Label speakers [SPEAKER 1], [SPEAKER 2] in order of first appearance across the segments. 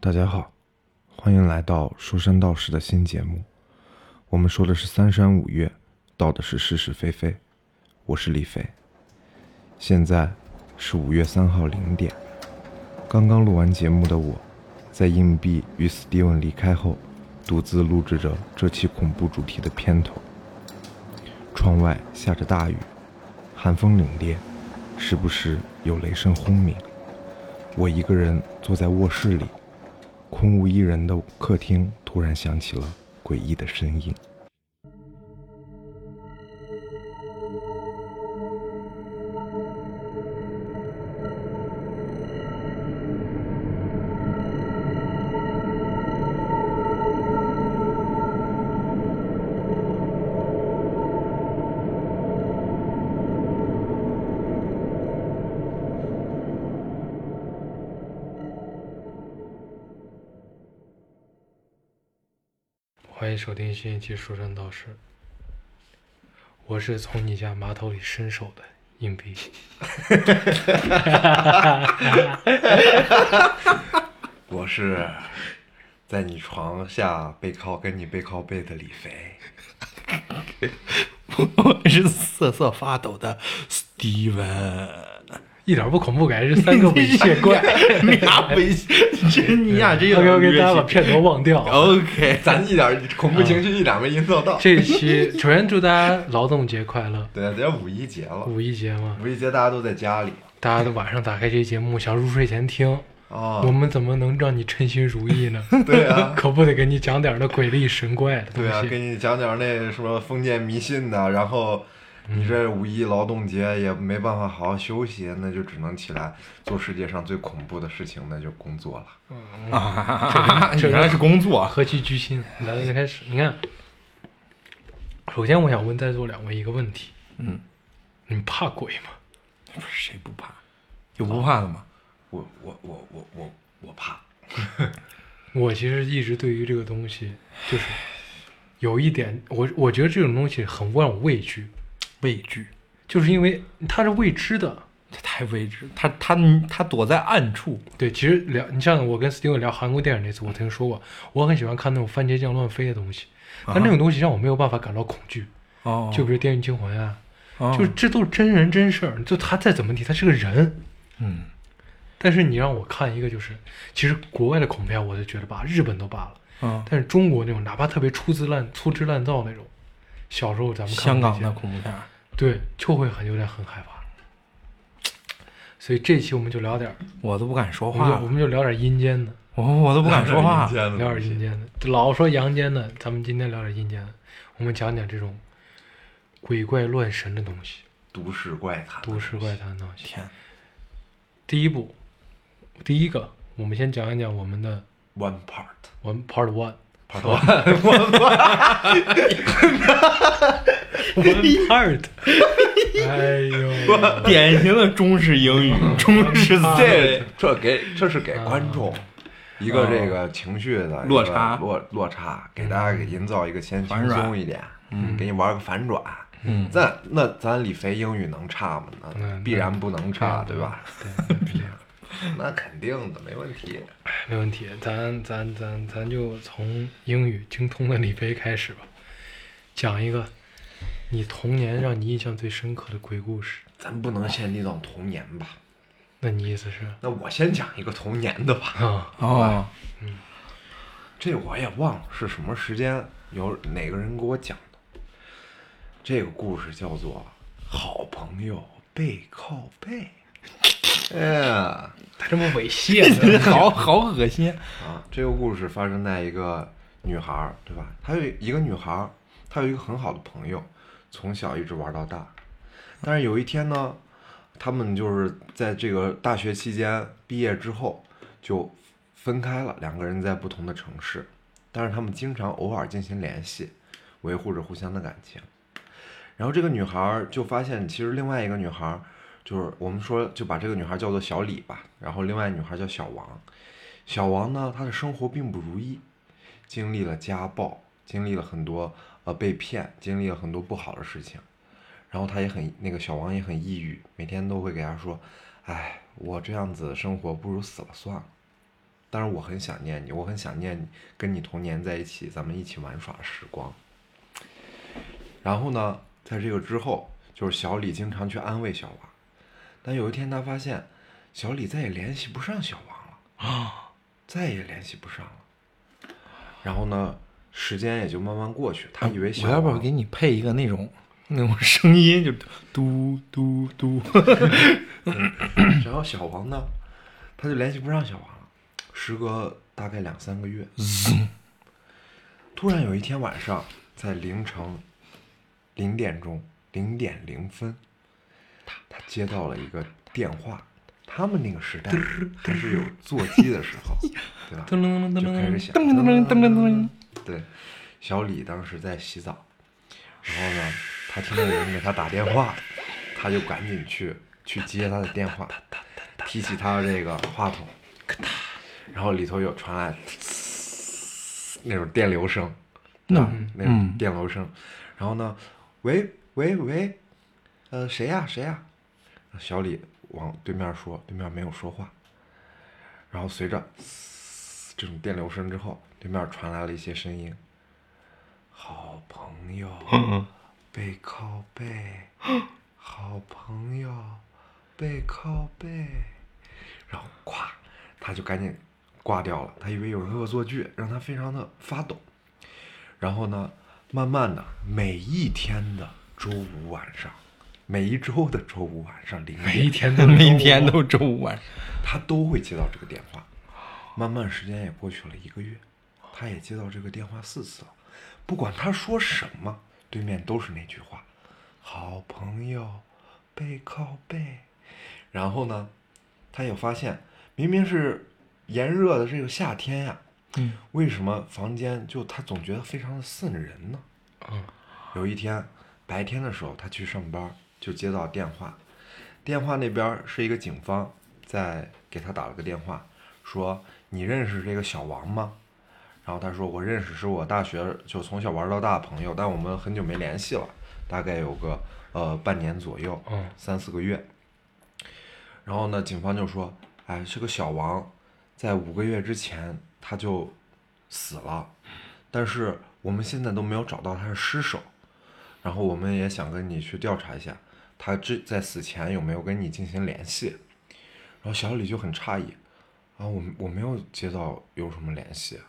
[SPEAKER 1] 大家好，欢迎来到说山道士的新节目。我们说的是三山五岳，道的是是是非非。我是李飞。现在是五月三号零点，刚刚录完节目的我，在硬币与 Steven 离开后，独自录制着这期恐怖主题的片头。窗外下着大雨，寒风凛冽，时不时有雷声轰鸣。我一个人坐在卧室里，空无一人的客厅突然响起了诡异的声音。
[SPEAKER 2] 欢迎收听新一期《蜀山道士》，我是从你家马桶里伸手的硬币。
[SPEAKER 3] 我是在你床下背靠跟你背靠背的李 飞，
[SPEAKER 4] 我 是瑟瑟发抖的 Steven，
[SPEAKER 2] 一点不恐怖感，是三个 猥亵怪。
[SPEAKER 4] 你俩猥亵，这你 俩这有
[SPEAKER 2] OK
[SPEAKER 4] 点
[SPEAKER 2] OK，大家把
[SPEAKER 4] 恶心。
[SPEAKER 2] 片头忘掉。
[SPEAKER 4] OK，咱
[SPEAKER 3] 咱一点恐怖情绪一点没营造 到。
[SPEAKER 2] 这一期首先祝大家劳动节快乐，
[SPEAKER 3] 对，人家五一节了，
[SPEAKER 2] 五一节嘛，
[SPEAKER 3] 五一节大家都在家里
[SPEAKER 2] 大家都晚上打开这期节目想入睡前听，
[SPEAKER 3] 啊
[SPEAKER 2] 我，们怎么能让你称心如意呢？
[SPEAKER 3] 对啊，
[SPEAKER 2] 可不得给你讲点儿那鬼力神怪的东
[SPEAKER 3] 对啊，
[SPEAKER 2] 西。
[SPEAKER 3] 给你讲讲那什么封建迷信的，然后你这五一劳动节也没办法好好休息，那就只能起来做世界上最恐怖的事情，那就工作了。
[SPEAKER 4] 啊，
[SPEAKER 2] 这
[SPEAKER 4] 原
[SPEAKER 2] 个
[SPEAKER 4] 来是工作，
[SPEAKER 2] 何其居心！来，那就开始。你看，首先我想问在座两位一个问题：
[SPEAKER 4] 嗯，
[SPEAKER 2] 你们怕鬼吗？
[SPEAKER 4] 不是谁不怕？有不怕的吗？
[SPEAKER 3] 我我我我我我怕，
[SPEAKER 2] 我其实一直对于这个东西，就是有一点，我我觉得这种东西很让我畏惧，
[SPEAKER 4] 畏惧，
[SPEAKER 2] 就是因为它是未知的。
[SPEAKER 4] 这太畏惧了。他他他躲在暗处，
[SPEAKER 2] 对，其实聊你像我跟 Steven 聊韩国电影那次，我曾经说过，我很喜欢看那种番茄酱乱飞的东西，但那种东西让我没有办法感到恐惧，
[SPEAKER 4] 啊哦，
[SPEAKER 2] 就比如《电锯惊魂》啊，
[SPEAKER 4] 哦
[SPEAKER 2] 就是这都是真人真事儿，就他再怎么地，他是个人。
[SPEAKER 4] 嗯，
[SPEAKER 2] 但是你让我看一个，就是其实国外的恐怖片，我就觉得吧，日本都罢了，
[SPEAKER 3] 哦
[SPEAKER 4] 啊，
[SPEAKER 2] 但是中国那种哪怕特别粗制滥粗制滥造那种，小时候咱们看
[SPEAKER 4] 香
[SPEAKER 2] 过
[SPEAKER 4] 港
[SPEAKER 2] 那
[SPEAKER 4] 的
[SPEAKER 2] 些
[SPEAKER 4] 恐怖片儿，
[SPEAKER 2] 对，就会很有点很害怕。所以这期我们就聊点儿，
[SPEAKER 4] 我都不敢说
[SPEAKER 2] 我们
[SPEAKER 4] 话
[SPEAKER 2] 就我
[SPEAKER 4] 了，
[SPEAKER 2] 们就聊点阴间的，
[SPEAKER 4] 我我都不敢说话
[SPEAKER 3] 阴。间的
[SPEAKER 2] 聊
[SPEAKER 3] 东
[SPEAKER 2] 点
[SPEAKER 3] 西
[SPEAKER 2] 阴间的，老说阳间的，咱们今天聊点阴间的，我们讲讲这种鬼怪乱神的东西，
[SPEAKER 3] 都市怪谈，
[SPEAKER 2] 都市怪谈的东西。
[SPEAKER 4] 天，
[SPEAKER 2] 第一步，第一个，我们先讲一讲我们的
[SPEAKER 3] one part。
[SPEAKER 2] 我们 Part One。
[SPEAKER 3] part one，
[SPEAKER 2] One part，哎呦，
[SPEAKER 4] 典型的中式英语，中式 C
[SPEAKER 3] 这这给这是给观众一个这个情绪的一个
[SPEAKER 4] 落差
[SPEAKER 3] 落落差，给大家给营造一个先
[SPEAKER 4] 反
[SPEAKER 3] 轻
[SPEAKER 4] 转
[SPEAKER 3] 松一点，给你玩个反转。
[SPEAKER 4] 嗯
[SPEAKER 3] 咱那咱李飞英语能差吗？那
[SPEAKER 2] 嗯
[SPEAKER 3] 必然不能差，对吧？
[SPEAKER 2] 对，对对
[SPEAKER 3] 那肯定的，没问题。
[SPEAKER 2] 没问题，咱咱咱咱就从英语精通的李飞开始吧，讲一个你童年让你印象最深刻的鬼故事。
[SPEAKER 3] 咱不能限定到童年吧？
[SPEAKER 2] 那你意思是
[SPEAKER 3] 那我先讲一个童年的吧，
[SPEAKER 2] 啊？
[SPEAKER 4] 哦，
[SPEAKER 3] 这我也忘了是什么时间，有哪个人给我讲的。这个故事叫做《好朋友背靠背》。哎呀。
[SPEAKER 2] 他这么猥亵
[SPEAKER 4] 好好恶心。
[SPEAKER 3] 啊，这个故事发生在一个女孩儿，对吧？她有一个女孩儿，她有一个很好的朋友，从小一直玩到大。但是有一天呢，他们就是在这个大学期间毕业之后就分开了，两个人在不同的城市，但是他们经常偶尔进行联系，维护着互相的感情。然后这个女孩儿就发现，其实另外一个女孩儿，就是我们说就把这个女孩儿叫做小李吧，然后另外女孩儿叫小王。小王呢，他的生活并不如意，经历了家暴，经历了很多呃被骗，经历了很多不好的事情，然后他也很那个小王也很抑郁，每天都会给他说，哎，我这样子生活不如死了算了。但是我很想念你，我很想念你跟你童年在一起，咱们一起玩耍的时光。然后呢，在这个之后，就是小李经常去安慰小王，但有一天他发现，小李再也联系不上小王了，
[SPEAKER 4] 啊，
[SPEAKER 3] 再也联系不上了。然后呢，时间也就慢慢过去，
[SPEAKER 4] 啊
[SPEAKER 3] 他以为小
[SPEAKER 4] 呃我要嗯不要
[SPEAKER 3] 王
[SPEAKER 4] 给你配一个那种那种声音，就嘟嘟 嘟，
[SPEAKER 3] 然后小王呢，他就联系不上小王了。时隔大概两三个月，
[SPEAKER 4] 嗯
[SPEAKER 3] 突然有一天晚上，在凌晨零点钟零点零分，他接到了一个电话。他们那个时代还是有座机的时候，对吧？
[SPEAKER 2] 噔噔噔噔
[SPEAKER 3] 就开始
[SPEAKER 2] 噔，
[SPEAKER 3] 响，
[SPEAKER 4] 哎噔噔噔噔噔噔。
[SPEAKER 3] 对，小李当时在洗澡，然后呢，他听到有人给他打电话，他就赶紧去去接他的电话，提起他的这个话筒，然后里头有传来那种电流声，
[SPEAKER 4] 那
[SPEAKER 3] 那种电流声，然后呢，喂喂喂，呃，谁呀、谁呀、小李往对面说，对面没有说话。然后随着嘶这种电流声之后，对面传来了一些声音：“好朋友，
[SPEAKER 2] 嗯
[SPEAKER 3] 背靠背；好朋友，背靠背。”然后咵，他就赶紧挂掉了。他以为有人恶作剧，让他非常的发抖。然后呢，慢慢的，每一天的周五晚上，每一周的周五晚上零
[SPEAKER 2] 每一
[SPEAKER 3] 点，
[SPEAKER 2] 天都
[SPEAKER 4] 每天都周五晚上，
[SPEAKER 3] 他都会接到这个电话。慢慢时间也过去了一个月，他也接到这个电话四次了。不管他说什么，对面都是那句话：“好朋友，背靠背。”然后呢，他也发现，明明是炎热的这个夏天呀、
[SPEAKER 4] 嗯，
[SPEAKER 3] 为什么房间就他总觉得非常的瘆人呢？
[SPEAKER 2] 嗯，
[SPEAKER 3] 有一天白天的时候，他去上班就接到电话，电话那边是一个警方在给他打了个电话，说你认识这个小王吗？然后他说我认识，是我大学就从小玩到大的朋友，但我们很久没联系了，大概有个呃半年左右，
[SPEAKER 2] 嗯
[SPEAKER 3] 三四个月。然后呢，警方就说，哎，这个小王在五个月之前他就死了，但是我们现在都没有找到他的尸首，然后我们也想跟你去调查一下，他这在死前有没有跟你进行联系？然后小李就很诧异，啊，我我没有接到有什么联系，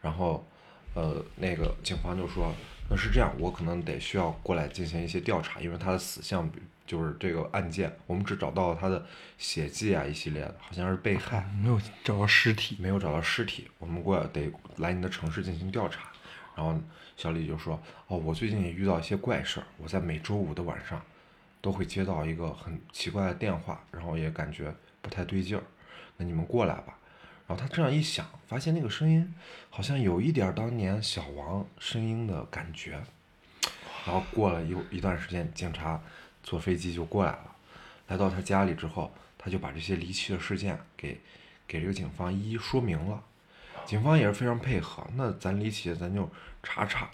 [SPEAKER 3] 然后，呃，那个警方就说，那是这样，我可能得需要过来进行一些调查，因为他的死相比就是这个案件，我们只找到了他的血迹啊一系列的，好像是被害，
[SPEAKER 4] 没有找到尸体，
[SPEAKER 3] 没有找到尸体，我们过来得来你的城市进行调查。然后小李就说：“哦，我最近也遇到一些怪事儿，我在每周五的晚上都会接到一个很奇怪的电话，然后也感觉不太对劲儿。那你们过来吧。”然后他这样一想，发现那个声音好像有一点儿当年小王声音的感觉。然后过了一一段时间，警察坐飞机就过来了。来到他家里之后，他就把这些离奇的事件给给这个警方一一说明了。警方也是非常配合，那咱离奇的咱就查查。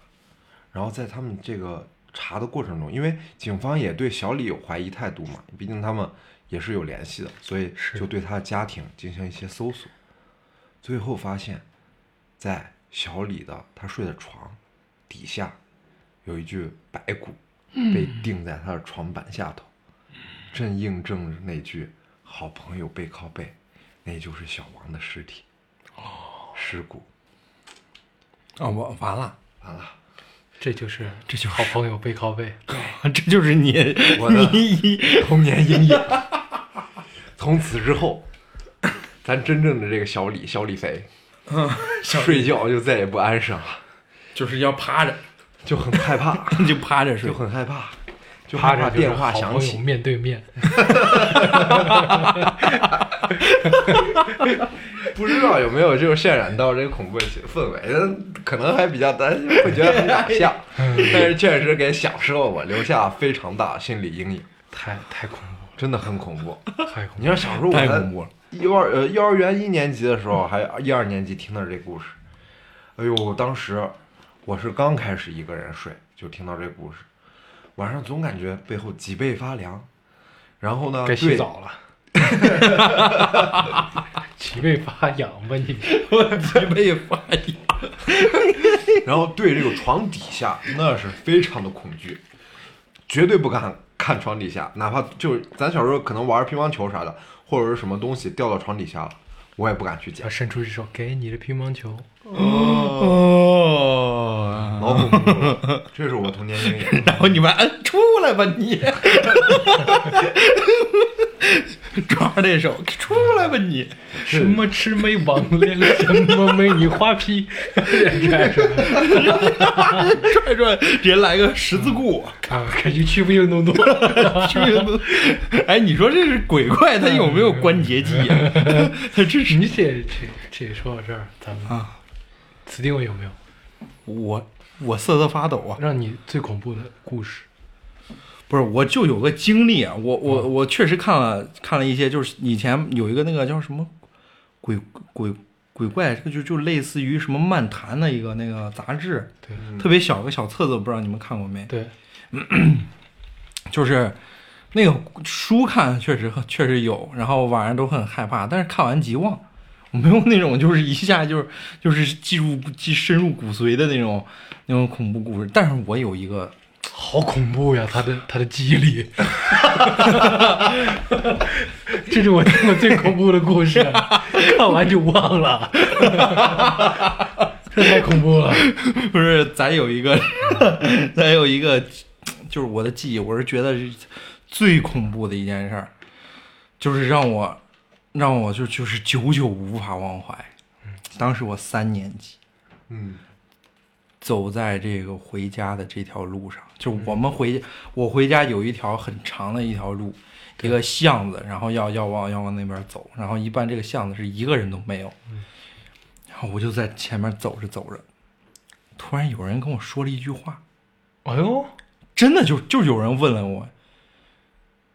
[SPEAKER 3] 然后在他们这个查的过程中，因为警方也对小李有怀疑态度嘛，毕竟他们也是有联系的，所以就对他的家庭进行一些搜索。最后发现，在小李的他睡的床底下，有一具白骨被钉在他的床板下头。正印证了那句“好朋友背靠背”，那就是小王的尸体。哦，尸骨
[SPEAKER 4] 哦，完完了，
[SPEAKER 3] 完了，
[SPEAKER 2] 这就是
[SPEAKER 4] 这就是
[SPEAKER 2] 好朋友背靠背。
[SPEAKER 4] 这就是你，
[SPEAKER 3] 我的
[SPEAKER 4] 你
[SPEAKER 3] 童年阴影。从此之后， 咱真正的这个小李，小李肥，
[SPEAKER 2] 嗯
[SPEAKER 3] 睡觉就再也不安生了，
[SPEAKER 4] 就是要趴着，
[SPEAKER 3] 就很害 怕，
[SPEAKER 4] 就趴着睡
[SPEAKER 3] 就，很害怕，就害
[SPEAKER 2] 趴着
[SPEAKER 3] 怕
[SPEAKER 2] 就是
[SPEAKER 3] 电话
[SPEAKER 2] 好
[SPEAKER 3] 响
[SPEAKER 2] 朋友
[SPEAKER 3] 起。
[SPEAKER 2] 面对面，
[SPEAKER 3] 不知道有没有就是渲染到这个恐怖的气氛围，但可能还比较担心，会觉得很搞笑，
[SPEAKER 2] 嗯
[SPEAKER 3] 但是确实给小时候我留下非常大的心理阴影，
[SPEAKER 2] 太太恐怖
[SPEAKER 3] 真的很恐怖。
[SPEAKER 2] 了，太恐
[SPEAKER 3] 你
[SPEAKER 2] 怖了。
[SPEAKER 3] 像小时候我
[SPEAKER 4] 太
[SPEAKER 3] 在
[SPEAKER 4] 恐怖了
[SPEAKER 3] 幼儿呃幼儿园一年级的时候，还一二年级听到这故事，哎呦，当时我是刚开始一个人睡，就听到这故事，晚上总感觉背后脊啊背发凉，然后呢，
[SPEAKER 2] 该洗
[SPEAKER 3] 对
[SPEAKER 2] 澡了，脊背发痒吧你？
[SPEAKER 4] 我脊背发痒。
[SPEAKER 3] 然后对这个床底下那是非常的恐惧，绝对不敢看床底下，哪怕就是咱小时候可能玩乒乓球啥的，或者是什么东西掉到床底下了，我也不敢去捡
[SPEAKER 2] 他，伸出一只手给你的乒乓球，
[SPEAKER 4] 哦，
[SPEAKER 3] 老恐怖了，这是我童年阴影。
[SPEAKER 4] 然后你们哎出来吧你， 抓着那手出来吧你，
[SPEAKER 2] 什么魑魅魍魉，什么美女花皮，干什么？
[SPEAKER 4] 拽拽直接来个十字固。
[SPEAKER 2] 啊，感觉去不硬动作。
[SPEAKER 4] 去了哎，你说这是鬼怪，他有没有关节技啊？ 他这是
[SPEAKER 2] 你这这这说到这儿，咱们
[SPEAKER 4] 啊，
[SPEAKER 2] 死定位有没有
[SPEAKER 4] 我我瑟瑟发抖啊！
[SPEAKER 2] 让你最恐怖的故事？
[SPEAKER 4] 不是，我就有个经历啊，我我我确实看了看了一些，就是以前有一个那个叫什么鬼鬼鬼怪，就就类似于什么漫谈的一个那个杂志，
[SPEAKER 2] 对
[SPEAKER 3] 嗯
[SPEAKER 4] 特别小个小册子，不知道你们看过没？
[SPEAKER 2] 对，
[SPEAKER 4] 就是那个书看确实确实有，然后晚上都很害怕，但是看完即忘。我没有那种就是 一下就是就是记入记深入骨髓的那种那种恐怖故事，但是我有一个
[SPEAKER 2] 好恐怖呀！他的他的记忆力， 这是我听过最恐怖的故事，看完就忘了， 这太恐怖了。
[SPEAKER 4] 不是，咱有一个， 咱有一个，就是我的记忆，我是觉得是最恐怖的一件事儿，就是让我，让我就就是久久无法忘怀。当时我三年级，
[SPEAKER 3] 嗯，
[SPEAKER 4] 走在这个回家的这条路上，就是我们回、我回家有一条很长的一条路，一个巷子，然后要要往要往那边走，然后一般这个巷子是一个人都没有，然后我就在前面走着走着，突然有人跟我说了一句话，
[SPEAKER 2] 哎呦，
[SPEAKER 4] 真的就就有人问了我，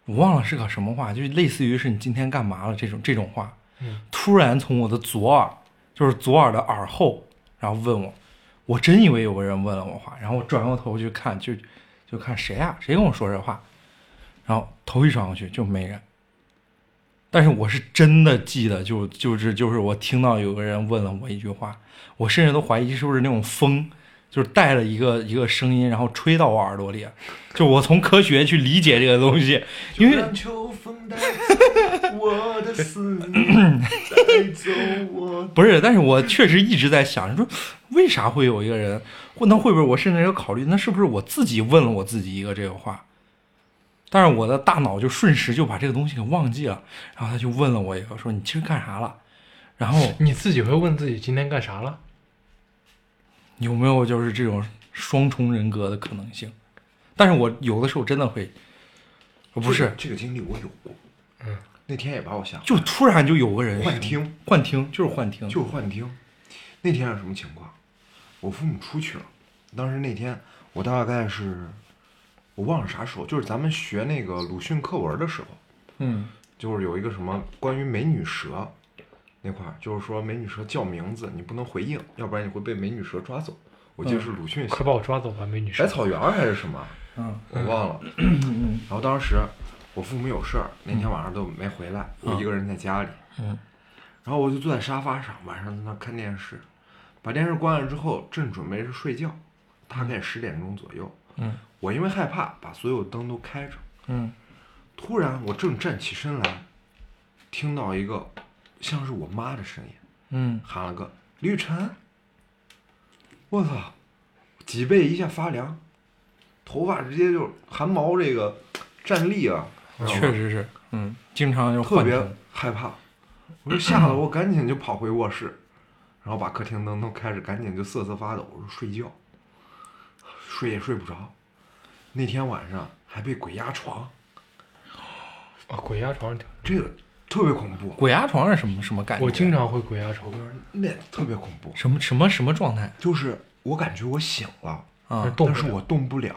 [SPEAKER 4] 我忘了是个什么话，就是类似于是你今天干嘛了这种这种话，
[SPEAKER 2] 嗯
[SPEAKER 4] 突然从我的左耳，就是左耳的耳后，然后问我，我真以为有个人问了我话，然后我转过头去看，就就看谁啊，谁跟我说这话，然后头一转过去就没人，但是我是真的记得，就就是就是我听到有个人问了我一句话，我甚至都怀疑是不是那种风。就是带了一个一个声音，然后吹到我耳朵里，就我从科学去理解这个东西，因为
[SPEAKER 3] 就让秋风带走我的思念，带走我。
[SPEAKER 4] 不是，但是我确实一直在想，说为啥会有一个人，或那会不会我甚至有考虑，那是不是我自己问了我自己一个这个话？但是我的大脑就瞬时就把这个东西给忘记了，然后他就问了我一个，说你今儿干啥了？然后
[SPEAKER 2] 你自己会问自己今天干啥了？
[SPEAKER 4] 你有没有就是这种双重人格的可能性？但是我有的时候真的会，不是，
[SPEAKER 3] 这个经历我有过，
[SPEAKER 2] 嗯，
[SPEAKER 3] 那天也把我吓坏了。
[SPEAKER 4] 就突然就有个人
[SPEAKER 3] 幻听，
[SPEAKER 4] 幻听就是幻听，
[SPEAKER 3] 就是幻听。那天是什么情况？我父母出去了，当时那天我大概是，我忘了啥时候，就是咱们学那个鲁迅课文的时候，
[SPEAKER 4] 嗯
[SPEAKER 3] 就是有一个什么关于美女蛇那块儿，就是说美女蛇叫名字，你不能回应，要不然你会被美女蛇抓走。我记得是鲁迅写
[SPEAKER 2] 快把我抓走吧，美女
[SPEAKER 3] 百
[SPEAKER 2] 蛇！
[SPEAKER 3] 哎草园儿还是什么，
[SPEAKER 4] 嗯
[SPEAKER 3] 我忘了。
[SPEAKER 4] 嗯
[SPEAKER 3] 然后当时我父母有事儿，那天晚上都没回来，我一个人在家里。
[SPEAKER 4] 嗯
[SPEAKER 3] 然后我就坐在沙发上，晚上在那看电视，把电视关了之后，正准备是睡觉，大概十点钟左右。
[SPEAKER 4] 嗯
[SPEAKER 3] 我因为害怕，把所有灯都开着。
[SPEAKER 4] 嗯
[SPEAKER 3] 突然，我正站起身来，听到一个像是我妈的声音，
[SPEAKER 4] 嗯，
[SPEAKER 3] 喊了个“绿晨”。我操，脊背一下发凉，头发直接就汗毛这个站立啊，
[SPEAKER 4] 确实是，嗯，经常就
[SPEAKER 3] 特
[SPEAKER 4] 幻
[SPEAKER 3] 别
[SPEAKER 4] 听。
[SPEAKER 3] 害怕，我就吓得我赶紧就跑回卧室，然后把客厅灯都开着，赶紧就瑟瑟发抖，我说睡觉，睡也睡不着。那天晚上还被鬼压床，
[SPEAKER 2] 啊，鬼压床，
[SPEAKER 3] 这个特别恐怖，
[SPEAKER 4] 鬼压床是什么什么感觉？
[SPEAKER 2] 我经常会鬼压床。
[SPEAKER 3] 那特别恐怖，
[SPEAKER 4] 什么什么什么状态
[SPEAKER 3] 就是我感觉我醒了，
[SPEAKER 4] 啊？
[SPEAKER 3] 但
[SPEAKER 2] 动不
[SPEAKER 3] 是
[SPEAKER 2] 了
[SPEAKER 3] 我动不了，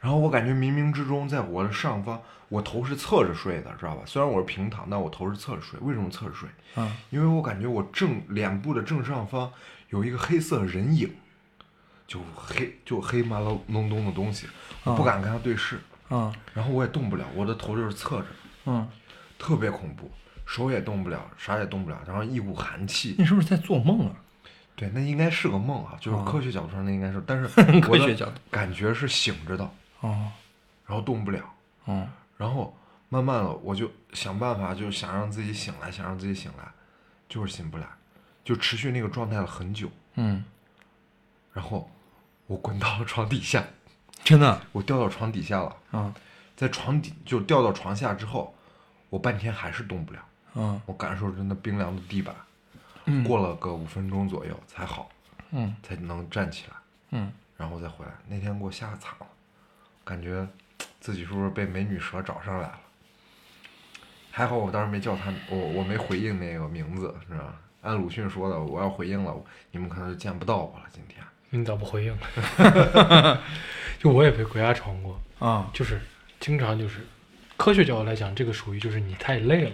[SPEAKER 3] 然后我感觉冥冥之中在我的上方，我头是侧着睡的，知道吧？虽然我是平躺，但我头是侧着睡。为什么侧着睡？
[SPEAKER 4] 啊，
[SPEAKER 3] 因为我感觉我正脸部的正上方有一个黑色人影，就黑就黑麻了隆咚的东西，我不敢跟他对视，
[SPEAKER 4] 啊，
[SPEAKER 3] 然后我也动不了，我的头就是侧着，
[SPEAKER 4] 嗯，
[SPEAKER 3] 特别恐怖。手也动不了，啥也动不了，然后一股寒气。
[SPEAKER 4] 你是不是在做梦啊？
[SPEAKER 3] 对，那应该是个梦啊，就是
[SPEAKER 4] 啊
[SPEAKER 3] 科学角度上那应该是，但是我
[SPEAKER 4] 科学
[SPEAKER 3] 的
[SPEAKER 4] 角度。
[SPEAKER 3] 感觉是醒着的，
[SPEAKER 4] 嗯哦，
[SPEAKER 3] 然后动不了，
[SPEAKER 4] 嗯，
[SPEAKER 3] 然后慢慢的我就想办法，就想让自己醒来，想让自己醒来，就是醒不来，就持续那个状态了很久，
[SPEAKER 4] 嗯，
[SPEAKER 3] 然后我滚到了床底下，
[SPEAKER 4] 真的啊、
[SPEAKER 3] 我掉到床底下了，
[SPEAKER 4] 嗯
[SPEAKER 3] 在床底就掉到床下之后，我半天还是动不了，
[SPEAKER 4] 嗯
[SPEAKER 3] 我感受着那冰凉的地板，
[SPEAKER 4] 嗯
[SPEAKER 3] 过了个五分钟左右才好，
[SPEAKER 4] 嗯
[SPEAKER 3] 才能站起来，
[SPEAKER 4] 嗯，
[SPEAKER 3] 然后再回来。那天给我吓惨了，感觉自己是不是被美女蛇找上来了？还好我当时没叫他，我我没回应那个名字，是吧？按鲁迅说的，我要回应了，你们可能就见不到我了。今天
[SPEAKER 2] 你咋不回应？ 就我也被鬼压床过，
[SPEAKER 4] 啊，
[SPEAKER 2] 就是经常就是，科学角度来讲，这个属于就是你太累了，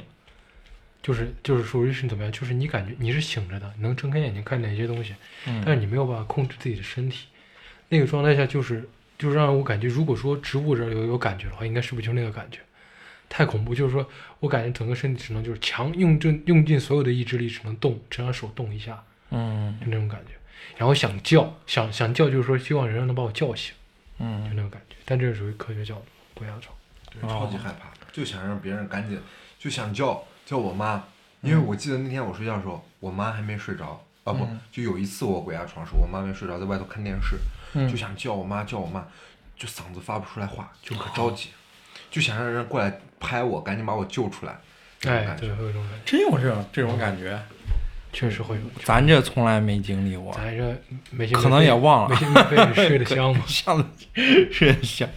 [SPEAKER 2] 就是就是属于是怎么样？就是你感觉你是醒着的，你能睁开眼睛看哪些东西，
[SPEAKER 4] 嗯
[SPEAKER 2] 但是你没有办法控制自己的身体。那个状态下就是就是让我感觉，如果说植物这儿有有感觉的话，应该是不是就是那个感觉？太恐怖，就是说我感觉整个身体只能就是强用尽用尽所有的意志力，只能动，只让手动一下，
[SPEAKER 4] 嗯
[SPEAKER 2] 就那种感觉。然后想叫，想想叫，就是说希望人能把我叫醒，就
[SPEAKER 4] 嗯
[SPEAKER 2] 那种感觉。但这是属于科学角度，不压床。
[SPEAKER 3] 对，超级害怕，就想让别人赶紧，就想叫叫我妈，因为我记得那天我睡觉的时候，我妈还没睡着啊，不
[SPEAKER 4] 嗯，
[SPEAKER 3] 就有一次我鬼压床时，我妈没睡着，在外头看电视，
[SPEAKER 4] 嗯
[SPEAKER 3] 就想叫我妈叫我妈，就嗓子发不出来话，就可着急，就想让人过来拍我，赶紧把我救出来，那种
[SPEAKER 2] 哎，
[SPEAKER 3] 感
[SPEAKER 2] 对，
[SPEAKER 3] 觉。
[SPEAKER 2] 会有这种感觉，
[SPEAKER 4] 真有这种这种感觉，
[SPEAKER 2] 确实会有。
[SPEAKER 4] 咱这从来没经历 过，
[SPEAKER 2] 咱这没
[SPEAKER 4] 可能也忘
[SPEAKER 2] 没
[SPEAKER 4] 了，，
[SPEAKER 2] 心没肺地睡得香嘛
[SPEAKER 4] 像 是像，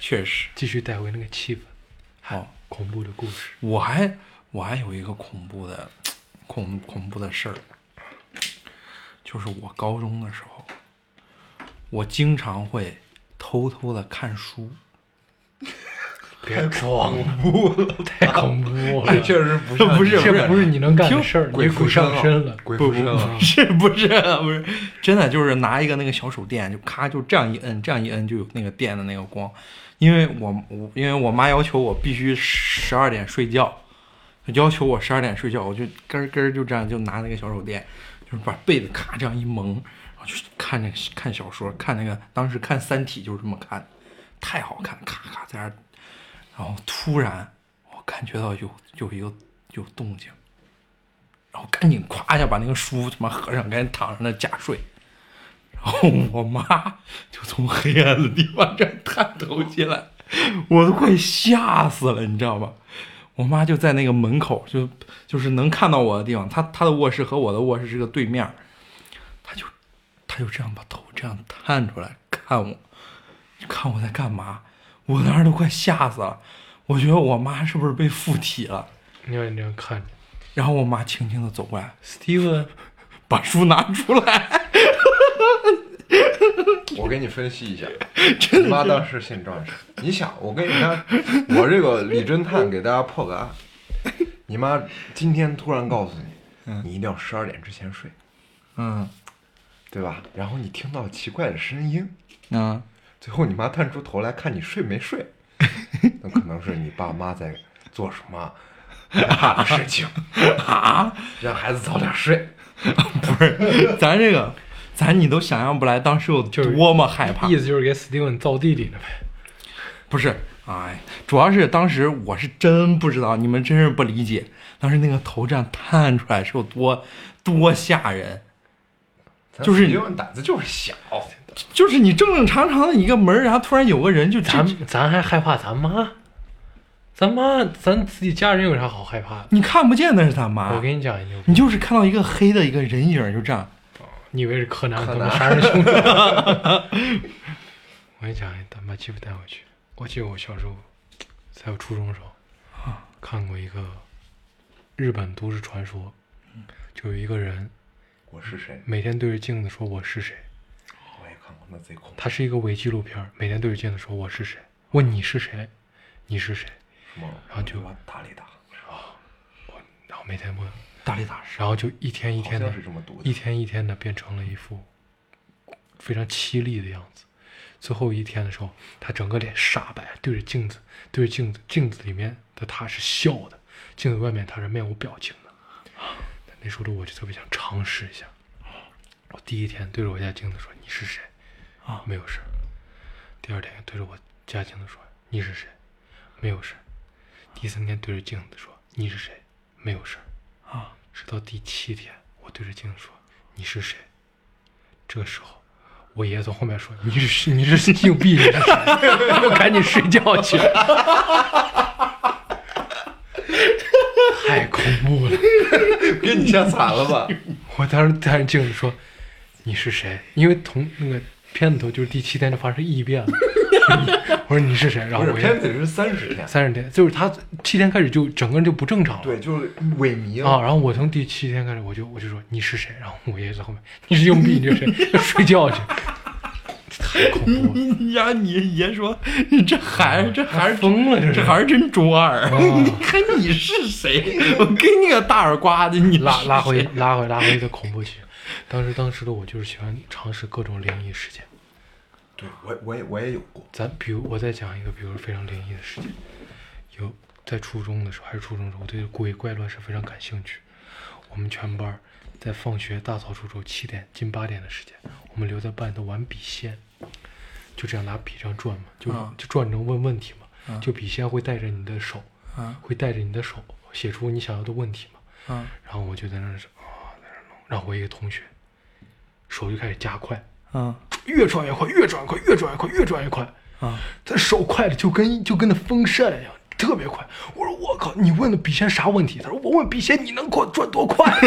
[SPEAKER 4] 确实。 哦
[SPEAKER 2] 继续带回那个气氛。
[SPEAKER 4] 好，
[SPEAKER 2] 恐怖的故事，
[SPEAKER 4] 我还我还有一个恐怖的恐恐怖的事儿，就是我高中的时候，我经常会偷偷的看书，
[SPEAKER 2] 别装
[SPEAKER 3] 嗯
[SPEAKER 2] 了，太恐怖 了，
[SPEAKER 3] 哎确实不是
[SPEAKER 4] 不是
[SPEAKER 2] 这不是你能干的事儿，
[SPEAKER 3] 鬼
[SPEAKER 2] 你
[SPEAKER 3] 附
[SPEAKER 2] 鬼
[SPEAKER 4] 啊
[SPEAKER 2] 上身了。嗯
[SPEAKER 3] 鬼附身了，
[SPEAKER 4] 是不是啊不是真的就是拿一个那个小手电，就咔就这样一摁，这样一摁就有那个电的那个光，因为我我因为我妈要求我必须十二点睡觉，要求我十二点睡觉，我就咯咯就这样就拿那个小手电，就是把被子咔这样一蒙，然后就看那个看小说，看那个当时看《三体》就是这么看，太好看，咔咔在那儿，然后突然我感觉到有有一个有动静。然后赶紧咵一下把那个书他妈合上，赶紧躺在那假睡。然后我妈就从黑暗的地方这样探头进来，我都快吓死了，你知道吗？我妈就在那个门口，就就是能看到我的地方，她她的卧室和我的卧室是个对面儿，她就她就这样把头这样探出来看我，看我在干嘛，我当时都快吓死了，我觉得我妈是不是被附体了？
[SPEAKER 2] 你要你这样看着
[SPEAKER 4] 然后我妈轻轻的走过来，
[SPEAKER 2] ，Steven，
[SPEAKER 4] 把书拿出来，
[SPEAKER 3] 我给你分析 一下，你妈当时信赵啥？你想，我跟你看，我这个李侦探给大家破个案，你妈今天突然告诉你，
[SPEAKER 2] 嗯
[SPEAKER 3] 你一定要十二点之前睡，
[SPEAKER 4] 嗯
[SPEAKER 3] 对吧？然后你听到奇怪的声音，
[SPEAKER 4] 嗯，
[SPEAKER 3] 最后你妈探出头来看你睡没睡， 那可能是你爸妈在做什么害怕的事 情，
[SPEAKER 4] 啊，
[SPEAKER 3] 让孩子早点睡。
[SPEAKER 4] 不是，咱这个，咱你都想象不来当时有
[SPEAKER 2] 就是
[SPEAKER 4] 多么害怕
[SPEAKER 2] 意，思就是给 Steven 造弟弟呢 呗。
[SPEAKER 4] 不是，哎，主要是当时我是真不知道，你们真是不理解，当时那个头这样探出来是有多多吓人，就是你
[SPEAKER 3] 因为胆子就是小，
[SPEAKER 4] 就是你正正常常的一个门儿，然后突然有个人就
[SPEAKER 2] 咱
[SPEAKER 4] 这
[SPEAKER 2] 咱还害怕咱妈，咱妈咱自己家人有啥好害怕的？
[SPEAKER 4] 你看不见那是他妈，
[SPEAKER 2] 我跟你讲一牛逼
[SPEAKER 4] 你就是看到一个黑的一个人影儿就这样，
[SPEAKER 2] 你以为是柯南
[SPEAKER 3] 柯
[SPEAKER 2] 他们
[SPEAKER 3] 南
[SPEAKER 2] 杀人凶手？ 我跟你讲，咱把欺负带回去。我记得我小时候，在我初中的时候，看过一个日本都市传说，就有一个人
[SPEAKER 3] 我是谁？
[SPEAKER 2] 每天对着镜子说我是谁，
[SPEAKER 3] 我也看过，那贼恐怖，
[SPEAKER 2] 他是一个伪纪录片儿，每天对着镜子说我是谁，问你是谁，你是谁，
[SPEAKER 3] 什么？
[SPEAKER 2] 然啊后就
[SPEAKER 3] 我打了一打，
[SPEAKER 2] 然后每天问，
[SPEAKER 4] 大力大师，
[SPEAKER 2] 然后就一天一
[SPEAKER 3] 好
[SPEAKER 2] 天的
[SPEAKER 3] 像是这么读的
[SPEAKER 2] 一。天一天的变成了一副非常凄厉的样子。最后一天的时候，他整个脸煞白，对着镜子，对着镜子，镜子里面的他是笑的，镜子外面他是面无表情的。那时候的我就特别想尝试一下。我第一天对着我家镜子说：“你是谁？”
[SPEAKER 4] 啊
[SPEAKER 2] 没有事儿。第二天对着我家镜子说：“你是谁？”没有事儿。第三天对着镜子说：“你是谁？”没有事儿。
[SPEAKER 4] 啊，
[SPEAKER 2] 直到第七天，我对着镜子说：“你是谁？”这时候，我爷从后面说：“你是你是硬币，你是谁？ 我赶紧睡觉去。”太恐怖了！
[SPEAKER 3] 给你吓惨了 吧？
[SPEAKER 2] 我当时看着镜子说：“你是谁？”因为同那个片子头就是第七天就发生异变了。 我说你是谁？然后
[SPEAKER 3] 不是，
[SPEAKER 2] 我
[SPEAKER 3] 片
[SPEAKER 2] 啊
[SPEAKER 3] 子
[SPEAKER 2] 也
[SPEAKER 3] 是三十天，
[SPEAKER 2] 三十天，就是他七天开始就整个人就不正常了。
[SPEAKER 3] 对，就是萎靡了。
[SPEAKER 2] 啊，然后我从第七天开始，我就我就说你是谁，然后我爷爷在后面，你是硬币，你是谁，就睡觉去，太恐怖了，
[SPEAKER 4] 你呀，你爷说你这孩子，这孩子
[SPEAKER 2] 疯了这是
[SPEAKER 4] 这孩子真中二。 你看你是谁？我给你个大耳刮子，你
[SPEAKER 2] 拉
[SPEAKER 4] 是
[SPEAKER 2] 拉回
[SPEAKER 4] 谁
[SPEAKER 2] 拉回拉回一个恐怖区。当时当时的我就是喜欢尝试各种灵异事件。
[SPEAKER 3] 对我我也我也有过，
[SPEAKER 2] 咱比如我再讲一个，比如非常灵异的事情，有在初中的时候还是初中的时候，我对鬼怪乱神非常感兴趣。我们全班儿在放学大扫除之后七点近八点的时间，我们留在班里头玩笔仙，就这样拿笔这样转嘛，就、
[SPEAKER 4] 啊
[SPEAKER 2] 就转着问问题嘛，
[SPEAKER 4] 啊
[SPEAKER 2] 就笔仙会带着你的手，
[SPEAKER 4] 啊
[SPEAKER 2] 会带着你的手写出你想要的问题嘛。
[SPEAKER 4] 啊
[SPEAKER 2] 然后我就在那儿啊在那儿弄，然后我一个同学手就开始加快，
[SPEAKER 4] 啊
[SPEAKER 2] 越转越快，越转越快，越转越快，越转越快。
[SPEAKER 4] 啊！
[SPEAKER 2] 他手快的就跟就跟那风扇一样，特别快。我说我靠，你问的笔仙啥问题？他说我问笔仙你能给我转多快？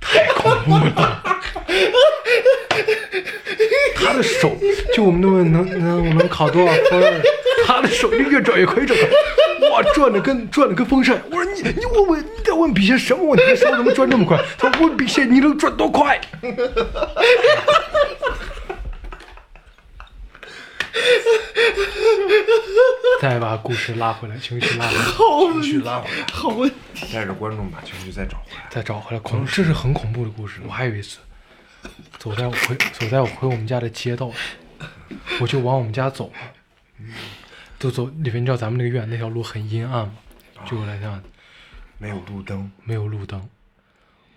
[SPEAKER 2] 太恐怖 了！他的手就我们都问能能我们考多少分儿， 他的手就越转越快，越转越快，哇，转的跟转的跟风扇。我说你你问问你在问笔仙什么问题？手怎么转这么快？他说问笔仙你能转多快？再把故事拉回来，情绪拉回来。
[SPEAKER 3] 情绪拉回来，
[SPEAKER 4] 好问
[SPEAKER 3] 带着观众把情绪再找回来。
[SPEAKER 2] 再找回来恐，这是很恐怖的故事。我还有一次，走在我回走在我回我们家的街道，我就往我们家走嘛，就走里面，你知道咱们那个院那条路很阴暗嘛，对我来讲
[SPEAKER 3] 没有路灯，
[SPEAKER 2] 没有路灯，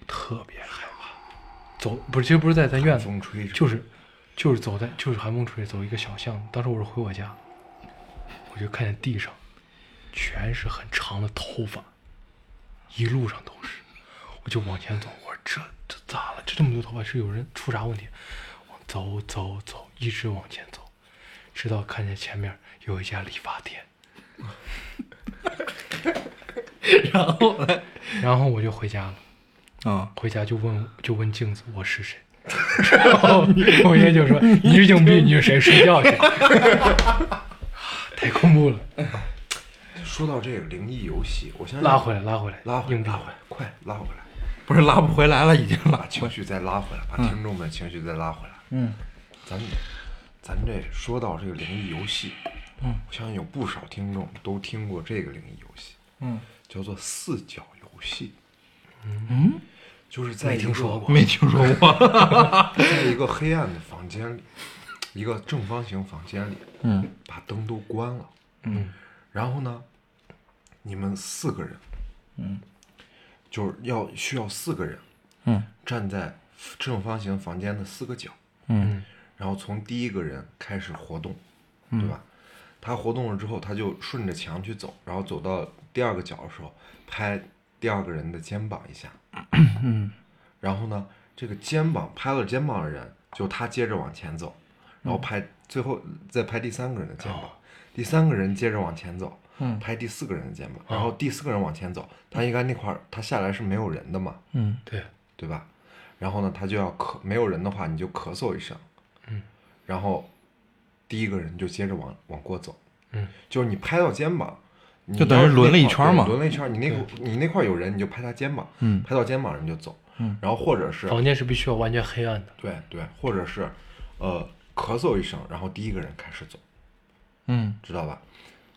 [SPEAKER 2] 特别害怕。走不是，其实不是在咱院子，
[SPEAKER 3] 风吹着，
[SPEAKER 2] 就是就是走在就是寒风吹着走一个小巷子，当时我是回我家，我就看见地上全是很长的头发，一路上都是，我就往前走，我说这这咋了？这这么多头发是有人出啥问题？我走走走，一直往前走，直到看见前面有一家理发店，
[SPEAKER 4] 然后呢？
[SPEAKER 2] 然后我就回家了。
[SPEAKER 4] 啊，
[SPEAKER 2] 回家就问就问镜子我是谁， 然后我爷就说你是硬币，你是谁？睡觉去， 太恐怖了，
[SPEAKER 3] 说到这个灵异游戏，我现在
[SPEAKER 2] 拉回来拉回来
[SPEAKER 3] 拉回
[SPEAKER 2] 硬
[SPEAKER 3] 来，
[SPEAKER 2] 币
[SPEAKER 3] 拉回来，快拉回来，
[SPEAKER 4] 不是拉不回来了，已经
[SPEAKER 3] 把
[SPEAKER 4] 拉
[SPEAKER 3] 情绪再拉回来，
[SPEAKER 2] 嗯
[SPEAKER 3] 把听众们情绪再拉回来。
[SPEAKER 4] 嗯
[SPEAKER 3] 咱咱这说到这个灵异游戏，
[SPEAKER 4] 嗯，
[SPEAKER 3] 我相信有不少听众都听过这个灵异游戏，
[SPEAKER 4] 嗯
[SPEAKER 3] 叫做四角游戏，
[SPEAKER 4] 嗯，
[SPEAKER 3] 就是在一个
[SPEAKER 2] 没听说过
[SPEAKER 4] 没听说过。
[SPEAKER 3] 在一个黑暗的房间里，一个正方形房间里，
[SPEAKER 4] 嗯
[SPEAKER 3] 把灯都关了，
[SPEAKER 4] 嗯
[SPEAKER 3] 然后呢，你们四个人，
[SPEAKER 4] 嗯，
[SPEAKER 3] 就是要需要四个人
[SPEAKER 4] 嗯
[SPEAKER 3] 站在正方形房间的四个角，
[SPEAKER 4] 嗯
[SPEAKER 3] 然后从第一个人开始活动，对吧？他活动了之后，他就顺着墙去走，然后走到第二个角的时候，拍第二个人的肩膀一下，
[SPEAKER 4] 嗯
[SPEAKER 3] 然后呢，这个肩膀拍了肩膀的人，就他接着往前走，然后拍最后再拍第三个人的肩膀，第三个人接着往前走，
[SPEAKER 4] 嗯
[SPEAKER 3] 拍第四个人的肩膀，然后第四个人往前走，他应该那块儿他下来是没有人的嘛，
[SPEAKER 4] 嗯
[SPEAKER 2] 对，
[SPEAKER 3] 对吧？然后呢，他就要咳，没有人的话你就咳嗽一声，
[SPEAKER 2] 嗯，
[SPEAKER 3] 然后第一个人就接着往往过走，
[SPEAKER 2] 嗯，
[SPEAKER 3] 就是你拍到肩膀，你
[SPEAKER 4] 就等于
[SPEAKER 3] 要是
[SPEAKER 4] 轮了
[SPEAKER 3] 那
[SPEAKER 4] 一
[SPEAKER 3] 块
[SPEAKER 4] 圈儿
[SPEAKER 3] 对
[SPEAKER 4] 嘛
[SPEAKER 3] 轮了一圈儿，你那个你那块儿有人你就拍他肩膀，
[SPEAKER 4] 嗯
[SPEAKER 3] 拍到肩膀人就走，
[SPEAKER 4] 嗯，
[SPEAKER 3] 然后或者是
[SPEAKER 2] 房间是必须要完全黑暗的，
[SPEAKER 3] 对对，或者是呃咳嗽一声，然后第一个人开始走，
[SPEAKER 4] 嗯
[SPEAKER 3] 知道吧？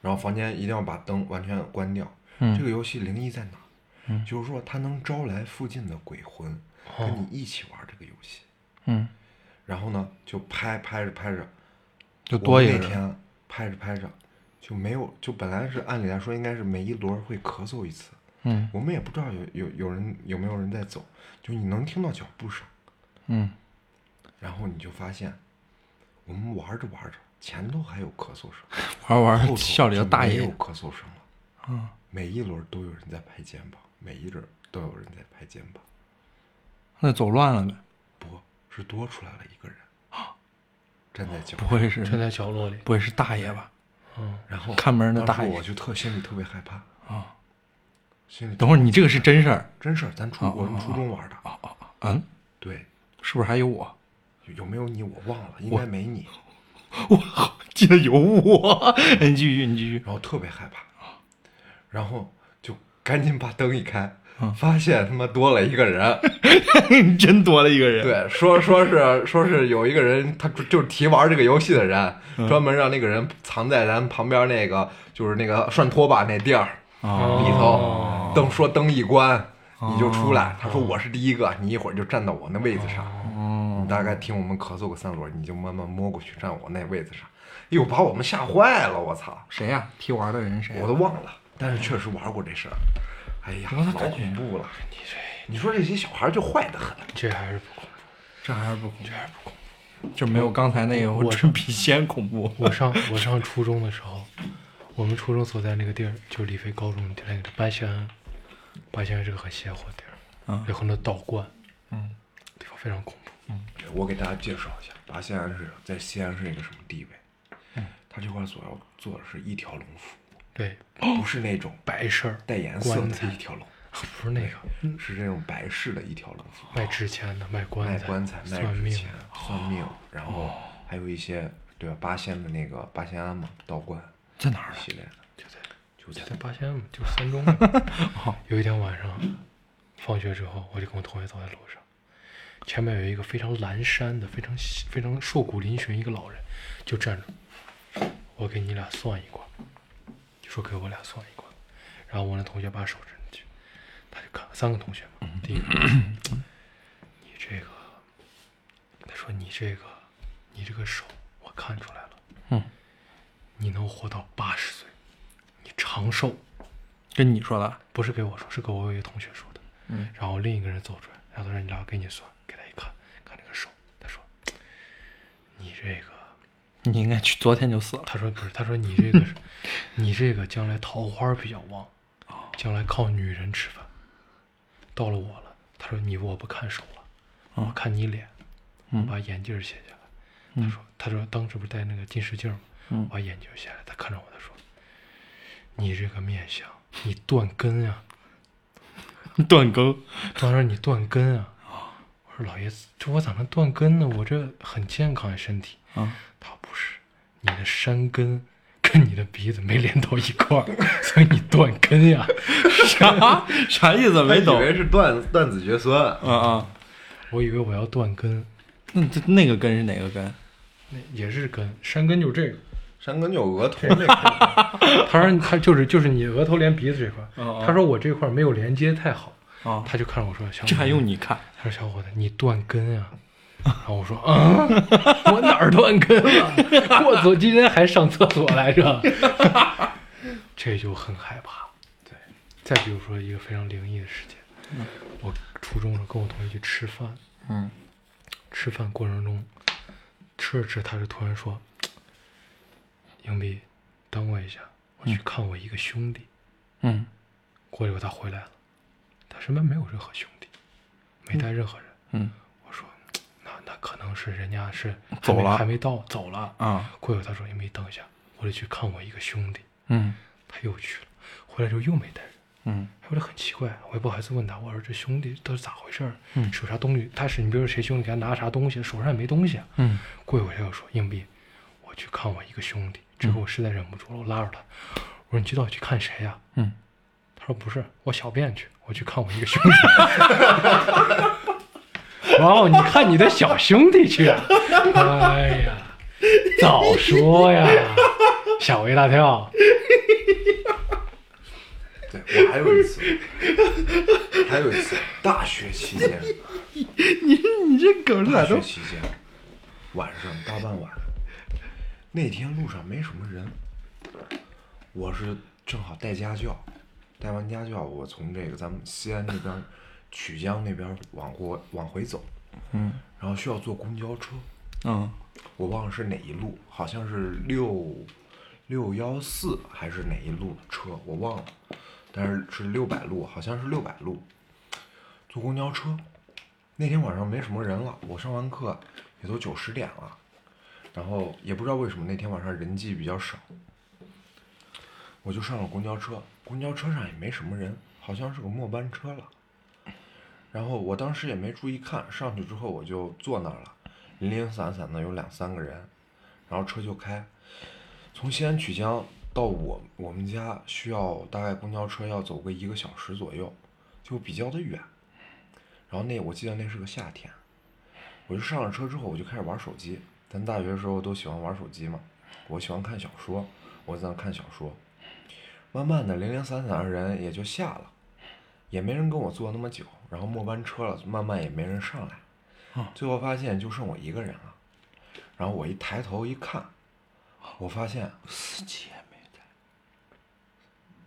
[SPEAKER 3] 然后房间一定要把灯完全关掉。
[SPEAKER 4] 嗯
[SPEAKER 3] 这个游戏灵异在哪儿？就是说它能招来附近的鬼魂
[SPEAKER 4] 哦
[SPEAKER 2] 哦
[SPEAKER 3] 跟你一起玩这个游戏。
[SPEAKER 4] 嗯，
[SPEAKER 3] 然后呢，就拍拍着拍着，
[SPEAKER 4] 就
[SPEAKER 3] 我
[SPEAKER 4] 多一
[SPEAKER 3] 们
[SPEAKER 4] 个
[SPEAKER 3] 那
[SPEAKER 4] 人。
[SPEAKER 3] 天拍着拍着，就没有，就本来是按理来说应该是每一轮会咳嗽一次，
[SPEAKER 4] 嗯
[SPEAKER 3] 我们也不知道有有有人有没有人在走，就你能听到脚步声，
[SPEAKER 4] 嗯
[SPEAKER 3] 然后你就发现，我们玩着玩着，前头还有咳嗽声，
[SPEAKER 4] 玩玩
[SPEAKER 3] 后头
[SPEAKER 4] 校里的
[SPEAKER 3] 就
[SPEAKER 4] 大
[SPEAKER 3] 没有
[SPEAKER 4] 爷，
[SPEAKER 3] 咳嗽声了，
[SPEAKER 4] 嗯，
[SPEAKER 3] 每一轮都有人在拍肩膀，每一轮都有人在拍肩膀，
[SPEAKER 4] 那走乱了呗？
[SPEAKER 3] 不是多出来了一个人，站在角
[SPEAKER 4] 啊不
[SPEAKER 3] 上，
[SPEAKER 4] 会是
[SPEAKER 2] 站在角落里，
[SPEAKER 4] 不会是大爷吧？
[SPEAKER 2] 嗯，
[SPEAKER 3] 然后
[SPEAKER 4] 看门的
[SPEAKER 3] 当时
[SPEAKER 4] 大爷
[SPEAKER 3] 我就特心里特别害怕
[SPEAKER 4] 啊，
[SPEAKER 3] 心里
[SPEAKER 4] 等会儿你这个是真事儿，
[SPEAKER 3] 真事儿，咱初
[SPEAKER 4] 啊
[SPEAKER 3] 我们
[SPEAKER 4] 啊
[SPEAKER 3] 初中玩的，
[SPEAKER 4] 嗯，
[SPEAKER 3] 对，
[SPEAKER 4] 是不是还有我？
[SPEAKER 3] 有有没有你我忘了，应该没你，
[SPEAKER 4] 记得有 我，哎你继续，你继续。
[SPEAKER 3] 然后特别害怕，
[SPEAKER 4] 啊
[SPEAKER 3] 然后就赶紧把灯一开
[SPEAKER 4] 嗯，
[SPEAKER 3] 发现他妈多了一个人，
[SPEAKER 4] 你真多了一个人。，
[SPEAKER 3] 对，说说是说是有一个人，他就就是提玩这个游戏的人，
[SPEAKER 4] 嗯
[SPEAKER 3] 专门让那个人藏在咱旁边那个就是那个涮拖把那地儿
[SPEAKER 4] 哦
[SPEAKER 3] 里
[SPEAKER 2] 哦
[SPEAKER 3] 头，灯说灯一关。你就出来，他说我是第一个，你一会儿就站到我那位子上，
[SPEAKER 4] 哦，
[SPEAKER 3] 你大概听我们咳嗽个三轮，你就慢慢摸过去站我那位子上，哎呦，把我们吓坏了，我操！
[SPEAKER 4] 谁呀、踢玩的
[SPEAKER 2] 哎
[SPEAKER 4] 人谁呀、
[SPEAKER 3] 我都忘了，但是确实玩过这事儿。哎呀，
[SPEAKER 4] 我
[SPEAKER 3] 老
[SPEAKER 4] 都感觉
[SPEAKER 3] 恐怖了！你这，你说这些小孩儿就坏得很。
[SPEAKER 2] 这还是不恐怖。
[SPEAKER 4] 这还是不恐怖，这还是不恐怖，就没有刚才那个，我这比先恐怖。
[SPEAKER 2] 我上我上初中的时候，我们初中所在那个地儿就是李飞高中的那个白仙庵，白仙庵是个很邪乎的地儿
[SPEAKER 4] 嗯，
[SPEAKER 2] 有很多道观，
[SPEAKER 4] 嗯，
[SPEAKER 2] 地方非常恐怖。
[SPEAKER 3] 我给大家介绍一下，八仙庵是在西安是一个什么地位？
[SPEAKER 2] 嗯
[SPEAKER 3] 他这块所要做的是一条龙服务，
[SPEAKER 2] 对，
[SPEAKER 3] 不是那种
[SPEAKER 2] 白事儿
[SPEAKER 3] 带颜色
[SPEAKER 2] 哦棺
[SPEAKER 3] 的
[SPEAKER 2] 材
[SPEAKER 3] 一条龙，
[SPEAKER 2] 不是那个
[SPEAKER 3] 是这种白式的一条龙服务，
[SPEAKER 2] 卖纸钱的，卖棺
[SPEAKER 3] 卖
[SPEAKER 2] 材，
[SPEAKER 3] 棺材、卖
[SPEAKER 2] 算
[SPEAKER 3] 纸
[SPEAKER 2] 命哦
[SPEAKER 3] 钱、算命，然后还有一些对吧？八仙的那个八仙庵嘛，道观
[SPEAKER 4] 在哪儿呢？
[SPEAKER 3] 系列的，
[SPEAKER 2] 就在
[SPEAKER 3] 就哦
[SPEAKER 2] 就
[SPEAKER 3] 在
[SPEAKER 2] 在八仙嘛，就是三中。 有一天晚上，放学之后，我就跟我同学走在路上，前面有一个非常阑珊的、非常细非常瘦骨嶙峋一个老人，就站着，我给你俩算一卦，就说给我俩算一卦，然后我那同学把手伸进去，他就看三个同学嘛，第一个，你这个，他说你这个，你这个手，我看出来了，
[SPEAKER 4] 嗯，
[SPEAKER 2] 你能活到八十岁，你长寿。
[SPEAKER 4] 跟你说的，
[SPEAKER 2] 不是给我说，是给我一个同学说的。
[SPEAKER 4] 嗯，
[SPEAKER 2] 然后另一个人走出来，然后他说：“你俩给你算，给他一看，看这个手。”他说：“你这个，
[SPEAKER 4] 你应该去，昨天就死了。
[SPEAKER 2] 他说不是，他说你这个是， 你这个将来桃花比较旺，将来靠女人吃饭。到了我了，他说你我不看手了，我看你脸，我把眼镜儿卸下来。他说他说当时不是戴那个近视镜儿吗？我把眼镜儿卸下来，他看着我，他说你这个面相，你断根呀、
[SPEAKER 4] 断更，
[SPEAKER 2] 他说你断根啊！我说老爷子，这我咋能断根呢？我这很健康呀，身体。
[SPEAKER 4] 啊
[SPEAKER 2] 他说不是，你的山根跟你的鼻子没连到一块儿，所以你断根呀。
[SPEAKER 4] 啥啥意思？没 懂
[SPEAKER 3] 以。为是断断子绝孙，啊
[SPEAKER 4] 嗯嗯，
[SPEAKER 2] 我以为我要断根，
[SPEAKER 4] 那这那个根是哪个根？
[SPEAKER 2] 那也是根，山根就是这个。
[SPEAKER 3] 山根有额头那 块。
[SPEAKER 2] 他说他就是就是你额头连鼻子这块儿，
[SPEAKER 4] 哦哦
[SPEAKER 2] 他说我这块儿没有连接太好，
[SPEAKER 4] 啊，
[SPEAKER 2] 他就看着我说小伙子
[SPEAKER 4] 这还用你看？
[SPEAKER 2] 他说：“小伙子，你断根呀、然后我说：“啊， 我哪儿断根了？我昨今天还上厕所来着。” 这就很害怕。
[SPEAKER 3] 对，
[SPEAKER 2] 再比如说一个非常灵异的事情，我初中的时候跟我同学去吃饭，
[SPEAKER 4] 嗯，
[SPEAKER 2] 吃饭过程中吃着吃，着，他就突然说：“硬币，等我一下，我去看我一个兄弟。
[SPEAKER 4] 嗯，
[SPEAKER 2] 过一会儿他回来了，他身边没有任何兄弟，没带任何人。
[SPEAKER 4] 嗯
[SPEAKER 2] 我说那那可能是人家是还没
[SPEAKER 4] 走了
[SPEAKER 2] 还没到走了。
[SPEAKER 4] 啊
[SPEAKER 2] 过一会儿他说你没等一下，我得去看我一个兄弟，
[SPEAKER 4] 嗯
[SPEAKER 2] 他又去了，回来之后又没带人。
[SPEAKER 4] 嗯
[SPEAKER 2] 我就很奇怪，我也不好意思问他，我说这兄弟都是咋回事儿？
[SPEAKER 4] 嗯
[SPEAKER 2] 手啥东西？他是你比如说谁兄弟给他拿啥东西，手上也没东西、啊。
[SPEAKER 4] 嗯，
[SPEAKER 2] 过一会儿他又说硬币，我去看我一个兄弟。这回我实在忍不住了，我拉着他，我说你知道我去看谁呀、啊
[SPEAKER 4] 嗯，
[SPEAKER 2] 他说不是，我小便去，我去看我一个兄弟。 然后哦你看你的小兄弟去，哎呀，早说呀，吓我一大跳。
[SPEAKER 3] 对我还有一次，还有一次，大学期间，
[SPEAKER 4] 你这梗
[SPEAKER 3] 大学期间，晚上大傍晚，那天路上没什么人，我是正好带家教，带完家教，我从这个咱们西安这边儿曲江那边儿往过往回走，
[SPEAKER 4] 嗯
[SPEAKER 3] 然后需要坐公交车，
[SPEAKER 4] 嗯
[SPEAKER 3] 我忘了是哪一路，好像是六六幺四还是哪一路车，我忘了，但是是六百路，好像是六百路。坐公交车，那天晚上没什么人了，我上完课也都九十点了，然后也不知道为什么那天晚上人迹比较少，我就上了公交车，公交车上也没什么人，好像是个末班车了。然后我当时也没注意看，上去之后我就坐那儿了，零零散散的有两三个人，然后车就开，从西安曲江到我我们家需要大概公交车要走个一个小时左右，就比较的远。然后那我记得那是个夏天，我就上了车之后我就开始玩手机，咱大学的时候都喜欢玩手机嘛，我喜欢看小说，我在那看小说，慢慢的零零散散的人也就下了。也没人跟我坐那么久，然后末班车了，慢慢也没人上来，
[SPEAKER 4] 嗯
[SPEAKER 3] 最后发现就剩我一个人了。然后我一抬头一看，我发现
[SPEAKER 4] 司机也没在。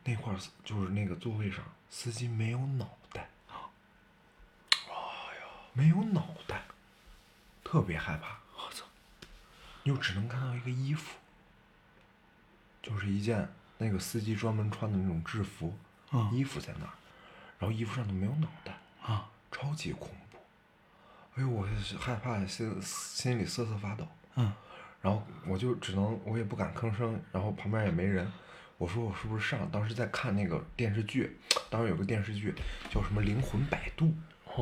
[SPEAKER 3] 那块儿司就是那个座位上，司机没有脑袋，哎
[SPEAKER 4] 哎
[SPEAKER 3] 呀，没有脑袋，特别害怕。我操！又只能看到一个衣服，就是一件那个司机专门穿的那种制服，
[SPEAKER 4] 嗯
[SPEAKER 3] 衣服在那儿，然后衣服上头没有脑袋，
[SPEAKER 4] 啊
[SPEAKER 3] 超级恐怖。哎呦，我是害怕，心心里瑟瑟发抖。
[SPEAKER 4] 嗯
[SPEAKER 3] 然后我就只能，我也不敢吭声，然后旁边也没人。我说我是不是上？当时在看那个电视剧，当时有个电视剧叫什么《灵魂摆渡》，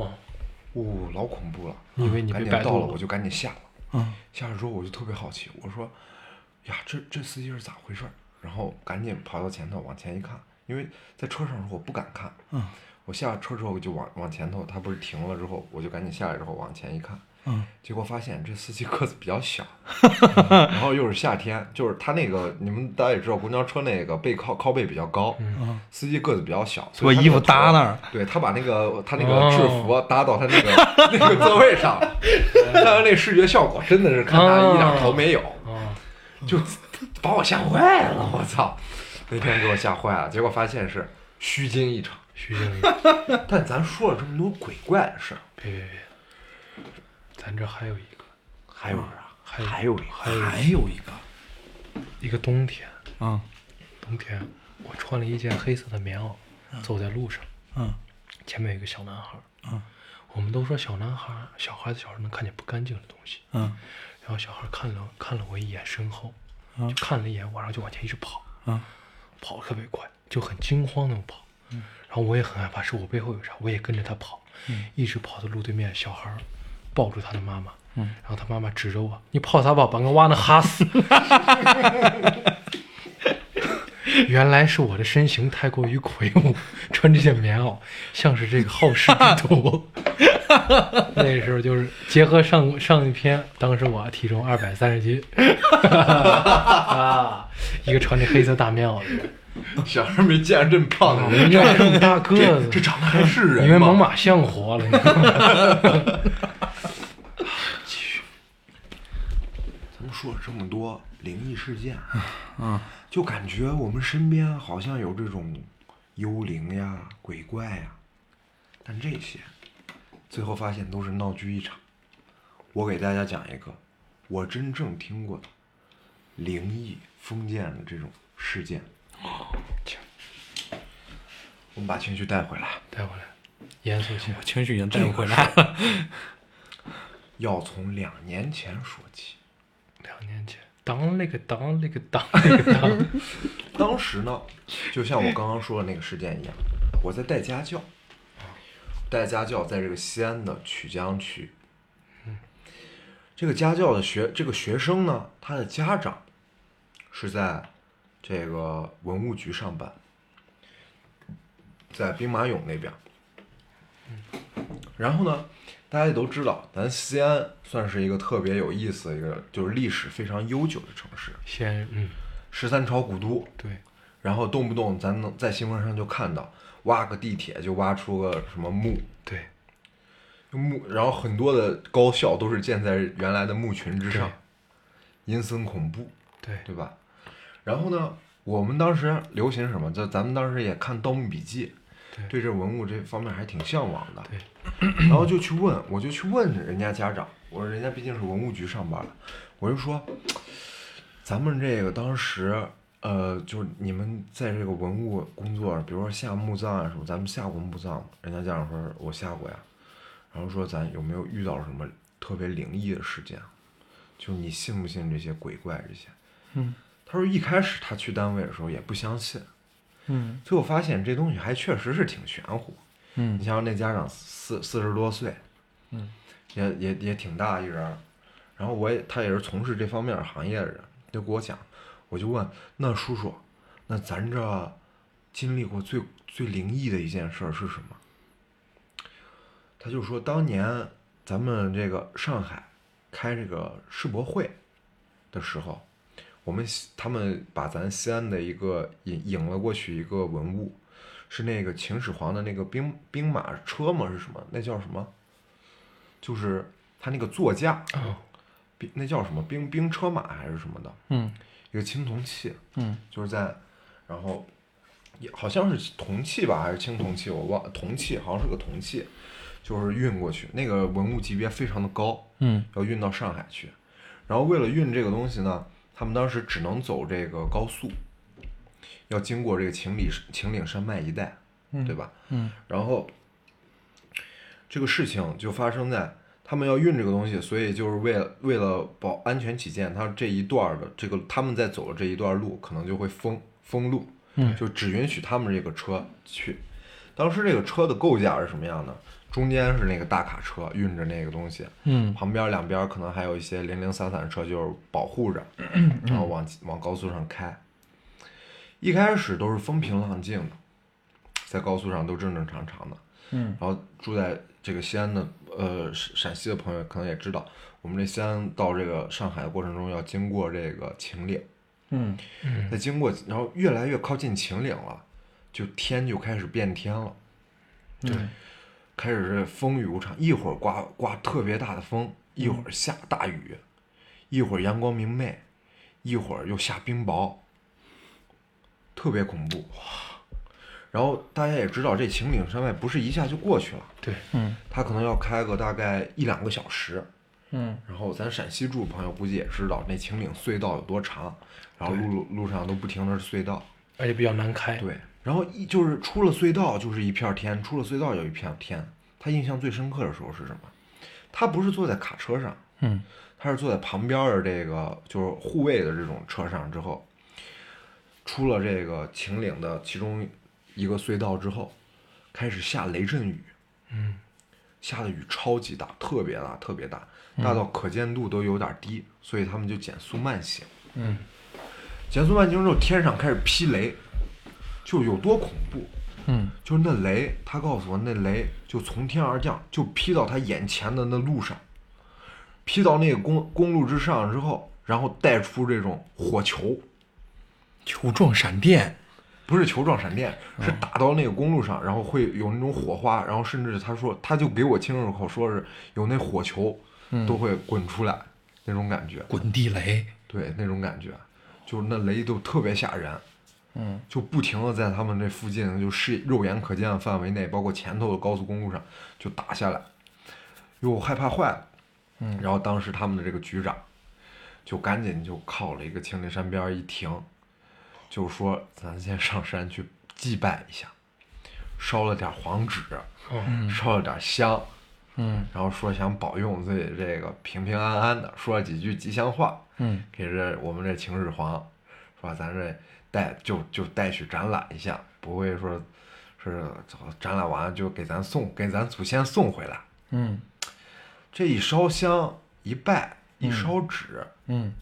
[SPEAKER 2] 哦，
[SPEAKER 3] 哦，老恐怖了。
[SPEAKER 2] 你以为你
[SPEAKER 3] 赶
[SPEAKER 2] 被
[SPEAKER 3] 紧
[SPEAKER 2] 百
[SPEAKER 3] 到
[SPEAKER 2] 度
[SPEAKER 3] 了，我就赶紧下了。
[SPEAKER 4] 嗯
[SPEAKER 3] 下了之后我就特别好奇，我说，呀，这这司机是咋回事儿？然后赶紧跑到前头往前一看，因为在车上的时候我不敢看，
[SPEAKER 4] 嗯
[SPEAKER 3] 我下了车之后就往往前头，他不是停了之后，我就赶紧下来之后往前一看，
[SPEAKER 4] 嗯
[SPEAKER 3] 结果发现这司机个子比较小，嗯然后又是夏天，就是他那个你们大家也知道，公交车那个背靠靠背比较高，
[SPEAKER 4] 嗯，
[SPEAKER 3] 司机个子比较小，
[SPEAKER 4] 所以
[SPEAKER 3] 他
[SPEAKER 4] 衣服
[SPEAKER 3] 个头
[SPEAKER 4] 搭那儿，
[SPEAKER 3] 对他把那个他那
[SPEAKER 2] 哦
[SPEAKER 3] 个制服搭到他那个、那个 座位上，但是那视觉效果真的是看他一点头没有，
[SPEAKER 2] 哦，
[SPEAKER 3] 就把我吓坏了，我操！那天给我吓坏了，结果发现是虚惊一场。
[SPEAKER 2] 徐经理，别
[SPEAKER 3] 但咱说了这么多鬼怪的事儿，
[SPEAKER 2] 别别，咱这还有一个，
[SPEAKER 3] 还有啥？
[SPEAKER 2] 还有
[SPEAKER 3] 还有一个
[SPEAKER 2] 还有
[SPEAKER 4] 还有一个
[SPEAKER 2] 一个冬天，
[SPEAKER 4] 啊
[SPEAKER 2] 冬天我穿了一件黑色的棉袄，走在路上，
[SPEAKER 4] 嗯
[SPEAKER 2] 前面有一个小男孩儿，
[SPEAKER 4] 嗯
[SPEAKER 2] 我们都说小男孩儿、小孩子小时候能看见不干净的东西，
[SPEAKER 4] 嗯
[SPEAKER 2] 然后小孩儿看了看了我一眼身后，
[SPEAKER 4] 嗯
[SPEAKER 2] 就看了一眼我，然后就往前一直跑，
[SPEAKER 4] 嗯
[SPEAKER 2] 跑得特别快，就很惊慌那种跑。然后我也很害怕，是我背后有啥，我也跟着他跑，一直跑到路对面，小孩儿抱住他的妈妈，然后他妈妈指着我：“你跑啥跑，把我娃那吓死！” 原来是我的身形太过于魁梧，穿这件棉袄像是这个好事之徒。那时候就是结合上上一篇，当时我体重二百三 十斤，啊，一个穿着黑色大棉袄的人。
[SPEAKER 3] 小时候没见着这么胖的 人，
[SPEAKER 2] 人家哦这么大个子，
[SPEAKER 3] 这长得还是人吗？
[SPEAKER 2] 因为猛犸象活了。你知道吗
[SPEAKER 3] 咱们说了这么多灵异事件，
[SPEAKER 4] 嗯
[SPEAKER 3] 就感觉我们身边好像有这种幽灵呀、鬼怪呀，但这些最后发现都是闹剧一场。我给大家讲一个我真正听过的灵异封建的这种事件。
[SPEAKER 2] 哦
[SPEAKER 3] 我们把情绪带回来，
[SPEAKER 2] 带回来，严肃些。
[SPEAKER 4] 情绪已经带不回来了。
[SPEAKER 3] 要从两年前说起。
[SPEAKER 2] 两年前，当那个当那个当那个当，
[SPEAKER 3] 当时呢，就像我刚刚说的那个事件一样，我在带家教，带家教在这个西安的曲江区。这个家教的学这个学生呢，他的家长是在这个文物局上班，在兵马俑那边。然后呢，大家也都知道，咱西安算是一个特别有意思的一个，就是历史非常悠久的城市，
[SPEAKER 2] 先嗯，
[SPEAKER 3] 十三朝古都。
[SPEAKER 2] 对，
[SPEAKER 3] 然后动不动咱能在新闻上就看到挖个地铁就挖出个什么墓
[SPEAKER 2] 对
[SPEAKER 3] 墓，然后很多的高校都是建在原来的墓群之上
[SPEAKER 2] 对，
[SPEAKER 3] 阴森恐怖，
[SPEAKER 2] 对，
[SPEAKER 3] 对吧？然后呢，我们当时流行什么？就咱们当时也看《盗墓笔记》，对这文物这方面还挺向往的。 然后就去问，我就去问人家家长，我说人家毕竟是文物局上班的，我就说，咱们这个当时，呃，就是你们在这个文物工作，比如说下墓葬啊什么，咱们下过墓葬吗？人家家长说，我下过呀。然后说咱有没有遇到什么特别灵异的事件啊？就你信不信这些鬼怪这些？
[SPEAKER 4] 嗯
[SPEAKER 3] 他说一开始他去单位的时候也不相信，
[SPEAKER 4] 嗯
[SPEAKER 3] 最后发现这东西还确实是挺玄乎。你
[SPEAKER 4] 嗯
[SPEAKER 3] 像那家长四四十多岁，
[SPEAKER 4] 嗯，
[SPEAKER 3] 也也也挺大一人儿，然后我也他也是从事这方面行业的人，就给我讲，我就问那叔叔，那咱这经历过最最灵异的一件事儿是什么？他就说当年咱们这个上海开这个世博会的时候，我们西他们把咱西安的一个引引了过去一个文物，是那个秦始皇的那个兵兵马车吗？是什么？那叫什么？就是他那个座驾，
[SPEAKER 4] 哦
[SPEAKER 2] 啊，
[SPEAKER 3] 兵那叫什么兵兵车马还是什么的，
[SPEAKER 4] 嗯
[SPEAKER 3] 一个青铜器，
[SPEAKER 4] 嗯
[SPEAKER 3] 就是在，然后也好像是铜器吧，还是青铜器，我忘铜器，好像是个铜器，就是运过去，那个文物级别非常的高，
[SPEAKER 4] 嗯
[SPEAKER 3] 要运到上海去。然后为了运这个东西呢，他们当时只能走这个高速，要经过这个秦岭秦岭山脉一带，
[SPEAKER 4] 嗯
[SPEAKER 3] 对吧？
[SPEAKER 4] 嗯
[SPEAKER 3] 然后这个事情就发生在他们要运这个东西，所以就是为了为了保安全起见，他这一段儿的这个他们在走的这一段路可能就会封封路，
[SPEAKER 4] 嗯
[SPEAKER 3] 就只允许他们这个车去。当时这个车的构架是什么样的？中间是那个大卡车运着那个东西，
[SPEAKER 4] 嗯
[SPEAKER 3] 旁边两边可能还有一些零零散散的车，就是保护着，然后往往高速上开。一开始都是风平浪静的，在高速上都正正常常的。
[SPEAKER 4] 嗯
[SPEAKER 3] 然后住在这个西安的呃陕陕西的朋友可能也知道，我们这西安到这个上海的过程中要经过这个秦岭，
[SPEAKER 4] 嗯
[SPEAKER 2] 嗯
[SPEAKER 3] 在经过然后越来越靠近秦岭了，就天就开始变天了。
[SPEAKER 4] 对
[SPEAKER 3] 开始是风雨无常，一会儿刮刮特别大的风，一会儿下大雨，一会儿阳光明媚，一会儿又下冰雹，特别恐怖哇！然后大家也知道，这秦岭山脉不是一下就过去了，
[SPEAKER 2] 对，
[SPEAKER 4] 嗯
[SPEAKER 3] 它可能要开个大概一两个小时。
[SPEAKER 4] 嗯
[SPEAKER 3] 然后咱陕西住的朋友估计也知道，那秦岭隧道有多长，然后
[SPEAKER 2] 对
[SPEAKER 3] 路路上都不停的是隧道。
[SPEAKER 2] 而且比较难开，嗯
[SPEAKER 3] 对，然后一就是出了隧道就是一片天，出了隧道有一片天。他印象最深刻的时候是什么？他不是坐在卡车上，
[SPEAKER 4] 嗯
[SPEAKER 3] 他是坐在旁边的这个就是护卫的这种车上之后，出了这个秦岭的其中一个隧道之后，开始下雷阵雨，
[SPEAKER 2] 嗯，
[SPEAKER 3] 下的雨超级大，特别大，特别大，大到可见度都有点低，所以他们就减速慢行。
[SPEAKER 4] 嗯，
[SPEAKER 3] 减速慢行之后，天上开始劈雷，就有多恐怖？
[SPEAKER 4] 嗯
[SPEAKER 3] 就是那雷，他告诉我那雷就从天而降，就劈到他眼前的那路上，劈到那个公公路之上之后，然后带出这种火球，
[SPEAKER 4] 球状闪电
[SPEAKER 3] 不是球状闪电，是打到那个公路上，然后会有那种火花，然后甚至他说他就给我亲口说是有那火球都会滚出来、那种感觉，
[SPEAKER 4] 滚地雷，
[SPEAKER 3] 对那种感觉，就是那雷都特别吓人。
[SPEAKER 4] 嗯
[SPEAKER 3] 就不停的在他们这附近，就是肉眼可见的范围内，包括前头的高速公路上就打下来，哟，害怕坏了。
[SPEAKER 4] 嗯
[SPEAKER 3] 然后当时他们的这个局长就赶紧就靠了一个青林山边儿一停，就说咱先上山去祭拜一下，烧了点黄纸，
[SPEAKER 2] 哦，
[SPEAKER 3] 烧了点香，
[SPEAKER 4] 嗯
[SPEAKER 3] 然后说想保佑自己这个平平安安的，说了几句吉祥话。
[SPEAKER 4] 嗯
[SPEAKER 3] 给这我们这秦始皇，是吧？咱这带就就带去展览一下，不会说是展览完就给咱送给咱祖先送回来。
[SPEAKER 4] 嗯
[SPEAKER 3] 这一烧香一拜一烧纸，
[SPEAKER 4] 嗯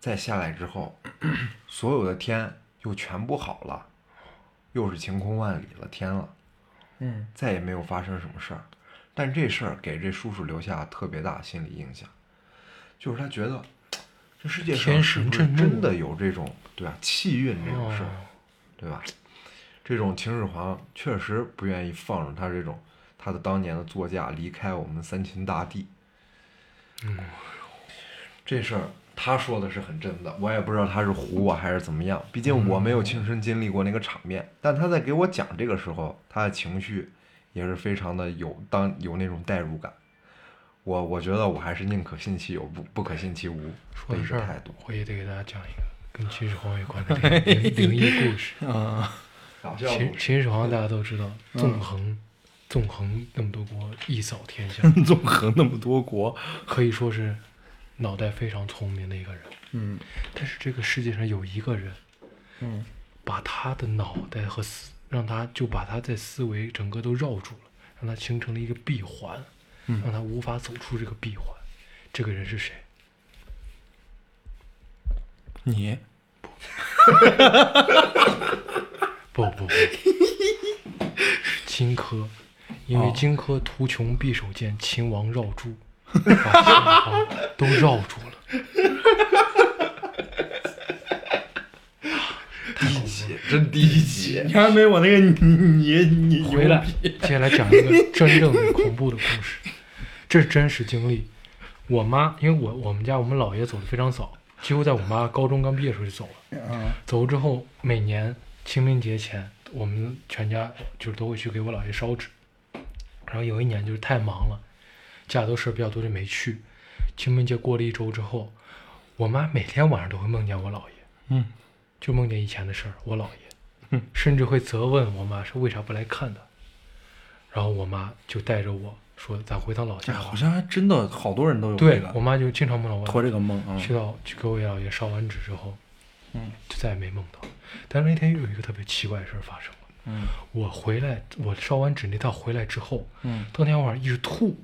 [SPEAKER 3] 再下来之后， 所有的天又全不好了，又是晴空万里了天了，
[SPEAKER 4] 嗯
[SPEAKER 3] 再也没有发生什么事儿。但这事儿给这叔叔留下特别大的心理影响，就是他觉得这世界上
[SPEAKER 2] 天
[SPEAKER 3] 是
[SPEAKER 2] 神
[SPEAKER 3] 不是
[SPEAKER 2] 震怒
[SPEAKER 3] 真的有这种对吧气运这种事儿，
[SPEAKER 2] 哦，
[SPEAKER 3] 对吧？这种秦始皇确实不愿意放着他这种他的当年的座驾离开我们三秦大地。嗯，这事儿他说的是很真的，我也不知道他是唬我还是怎么样，毕竟我没有亲身经历过那个场面。但他在给我讲这个时候，他的情绪也是非常的有当有那种代入感。我我觉得我还是宁可信其有，不不可信其无
[SPEAKER 2] 说
[SPEAKER 3] 的
[SPEAKER 2] 到
[SPEAKER 3] 一
[SPEAKER 2] 这
[SPEAKER 3] 个
[SPEAKER 2] 儿
[SPEAKER 3] 态度。，
[SPEAKER 2] 我也得给大家讲一个跟秦始皇有关的灵灵灵异故事。
[SPEAKER 4] 啊，
[SPEAKER 3] 搞笑
[SPEAKER 2] 秦
[SPEAKER 3] 故事
[SPEAKER 2] 秦始皇大家都知道，
[SPEAKER 4] 嗯
[SPEAKER 2] 纵横纵横那么多国，一扫天下，
[SPEAKER 4] 纵横那么多国，
[SPEAKER 2] 可以说是脑袋非常聪明的一个人。
[SPEAKER 4] 嗯
[SPEAKER 2] 但是这个世界上有一个人，
[SPEAKER 4] 嗯
[SPEAKER 2] 把他的脑袋和思，让他就把他在思维整个都绕住了，让他形成了一个闭环，
[SPEAKER 4] 嗯
[SPEAKER 2] 让他无法走出这个闭环。这个人是谁？
[SPEAKER 4] 你
[SPEAKER 2] 不不 不，是荆轲，因为荆轲图穷匕首见，秦王绕柱， 把秦王都绕住了。
[SPEAKER 3] 低级，真低级。
[SPEAKER 4] 你还没我那个你你
[SPEAKER 2] 回来，接下来讲一个真正的恐怖的故事， 这是真实经历。我妈，因为我我们家我们姥爷走的非常早，几乎在我妈高中刚毕业的时候就走了。
[SPEAKER 4] 啊
[SPEAKER 2] 走之后，每年清明节前，我们全家就是都会去给我姥爷烧纸。然后有一年就是太忙了，家里头事儿比较多就没去。清明节过了一周之后，我妈每天晚上都会梦见我姥爷，
[SPEAKER 4] 嗯，
[SPEAKER 2] 就梦见以前的事儿，我姥爷，
[SPEAKER 4] 嗯
[SPEAKER 2] 甚至会责问我妈说为啥不来看他。然后我妈就带着我说咱回趟老
[SPEAKER 4] 这
[SPEAKER 2] 家吧
[SPEAKER 4] 哎好。像还真的好多人都有这
[SPEAKER 2] 对
[SPEAKER 4] 个
[SPEAKER 2] 我妈就经常梦到我姥爷
[SPEAKER 4] 托这个梦啊，
[SPEAKER 2] 去到去给我姥爷烧完纸之后，
[SPEAKER 4] 嗯，
[SPEAKER 2] 就再也没梦到。但是那天又有一个特别奇怪的事儿发生了。
[SPEAKER 4] 嗯
[SPEAKER 2] 我回来，我烧完纸那趟回来之后，
[SPEAKER 4] 嗯
[SPEAKER 2] 当天晚上一直吐，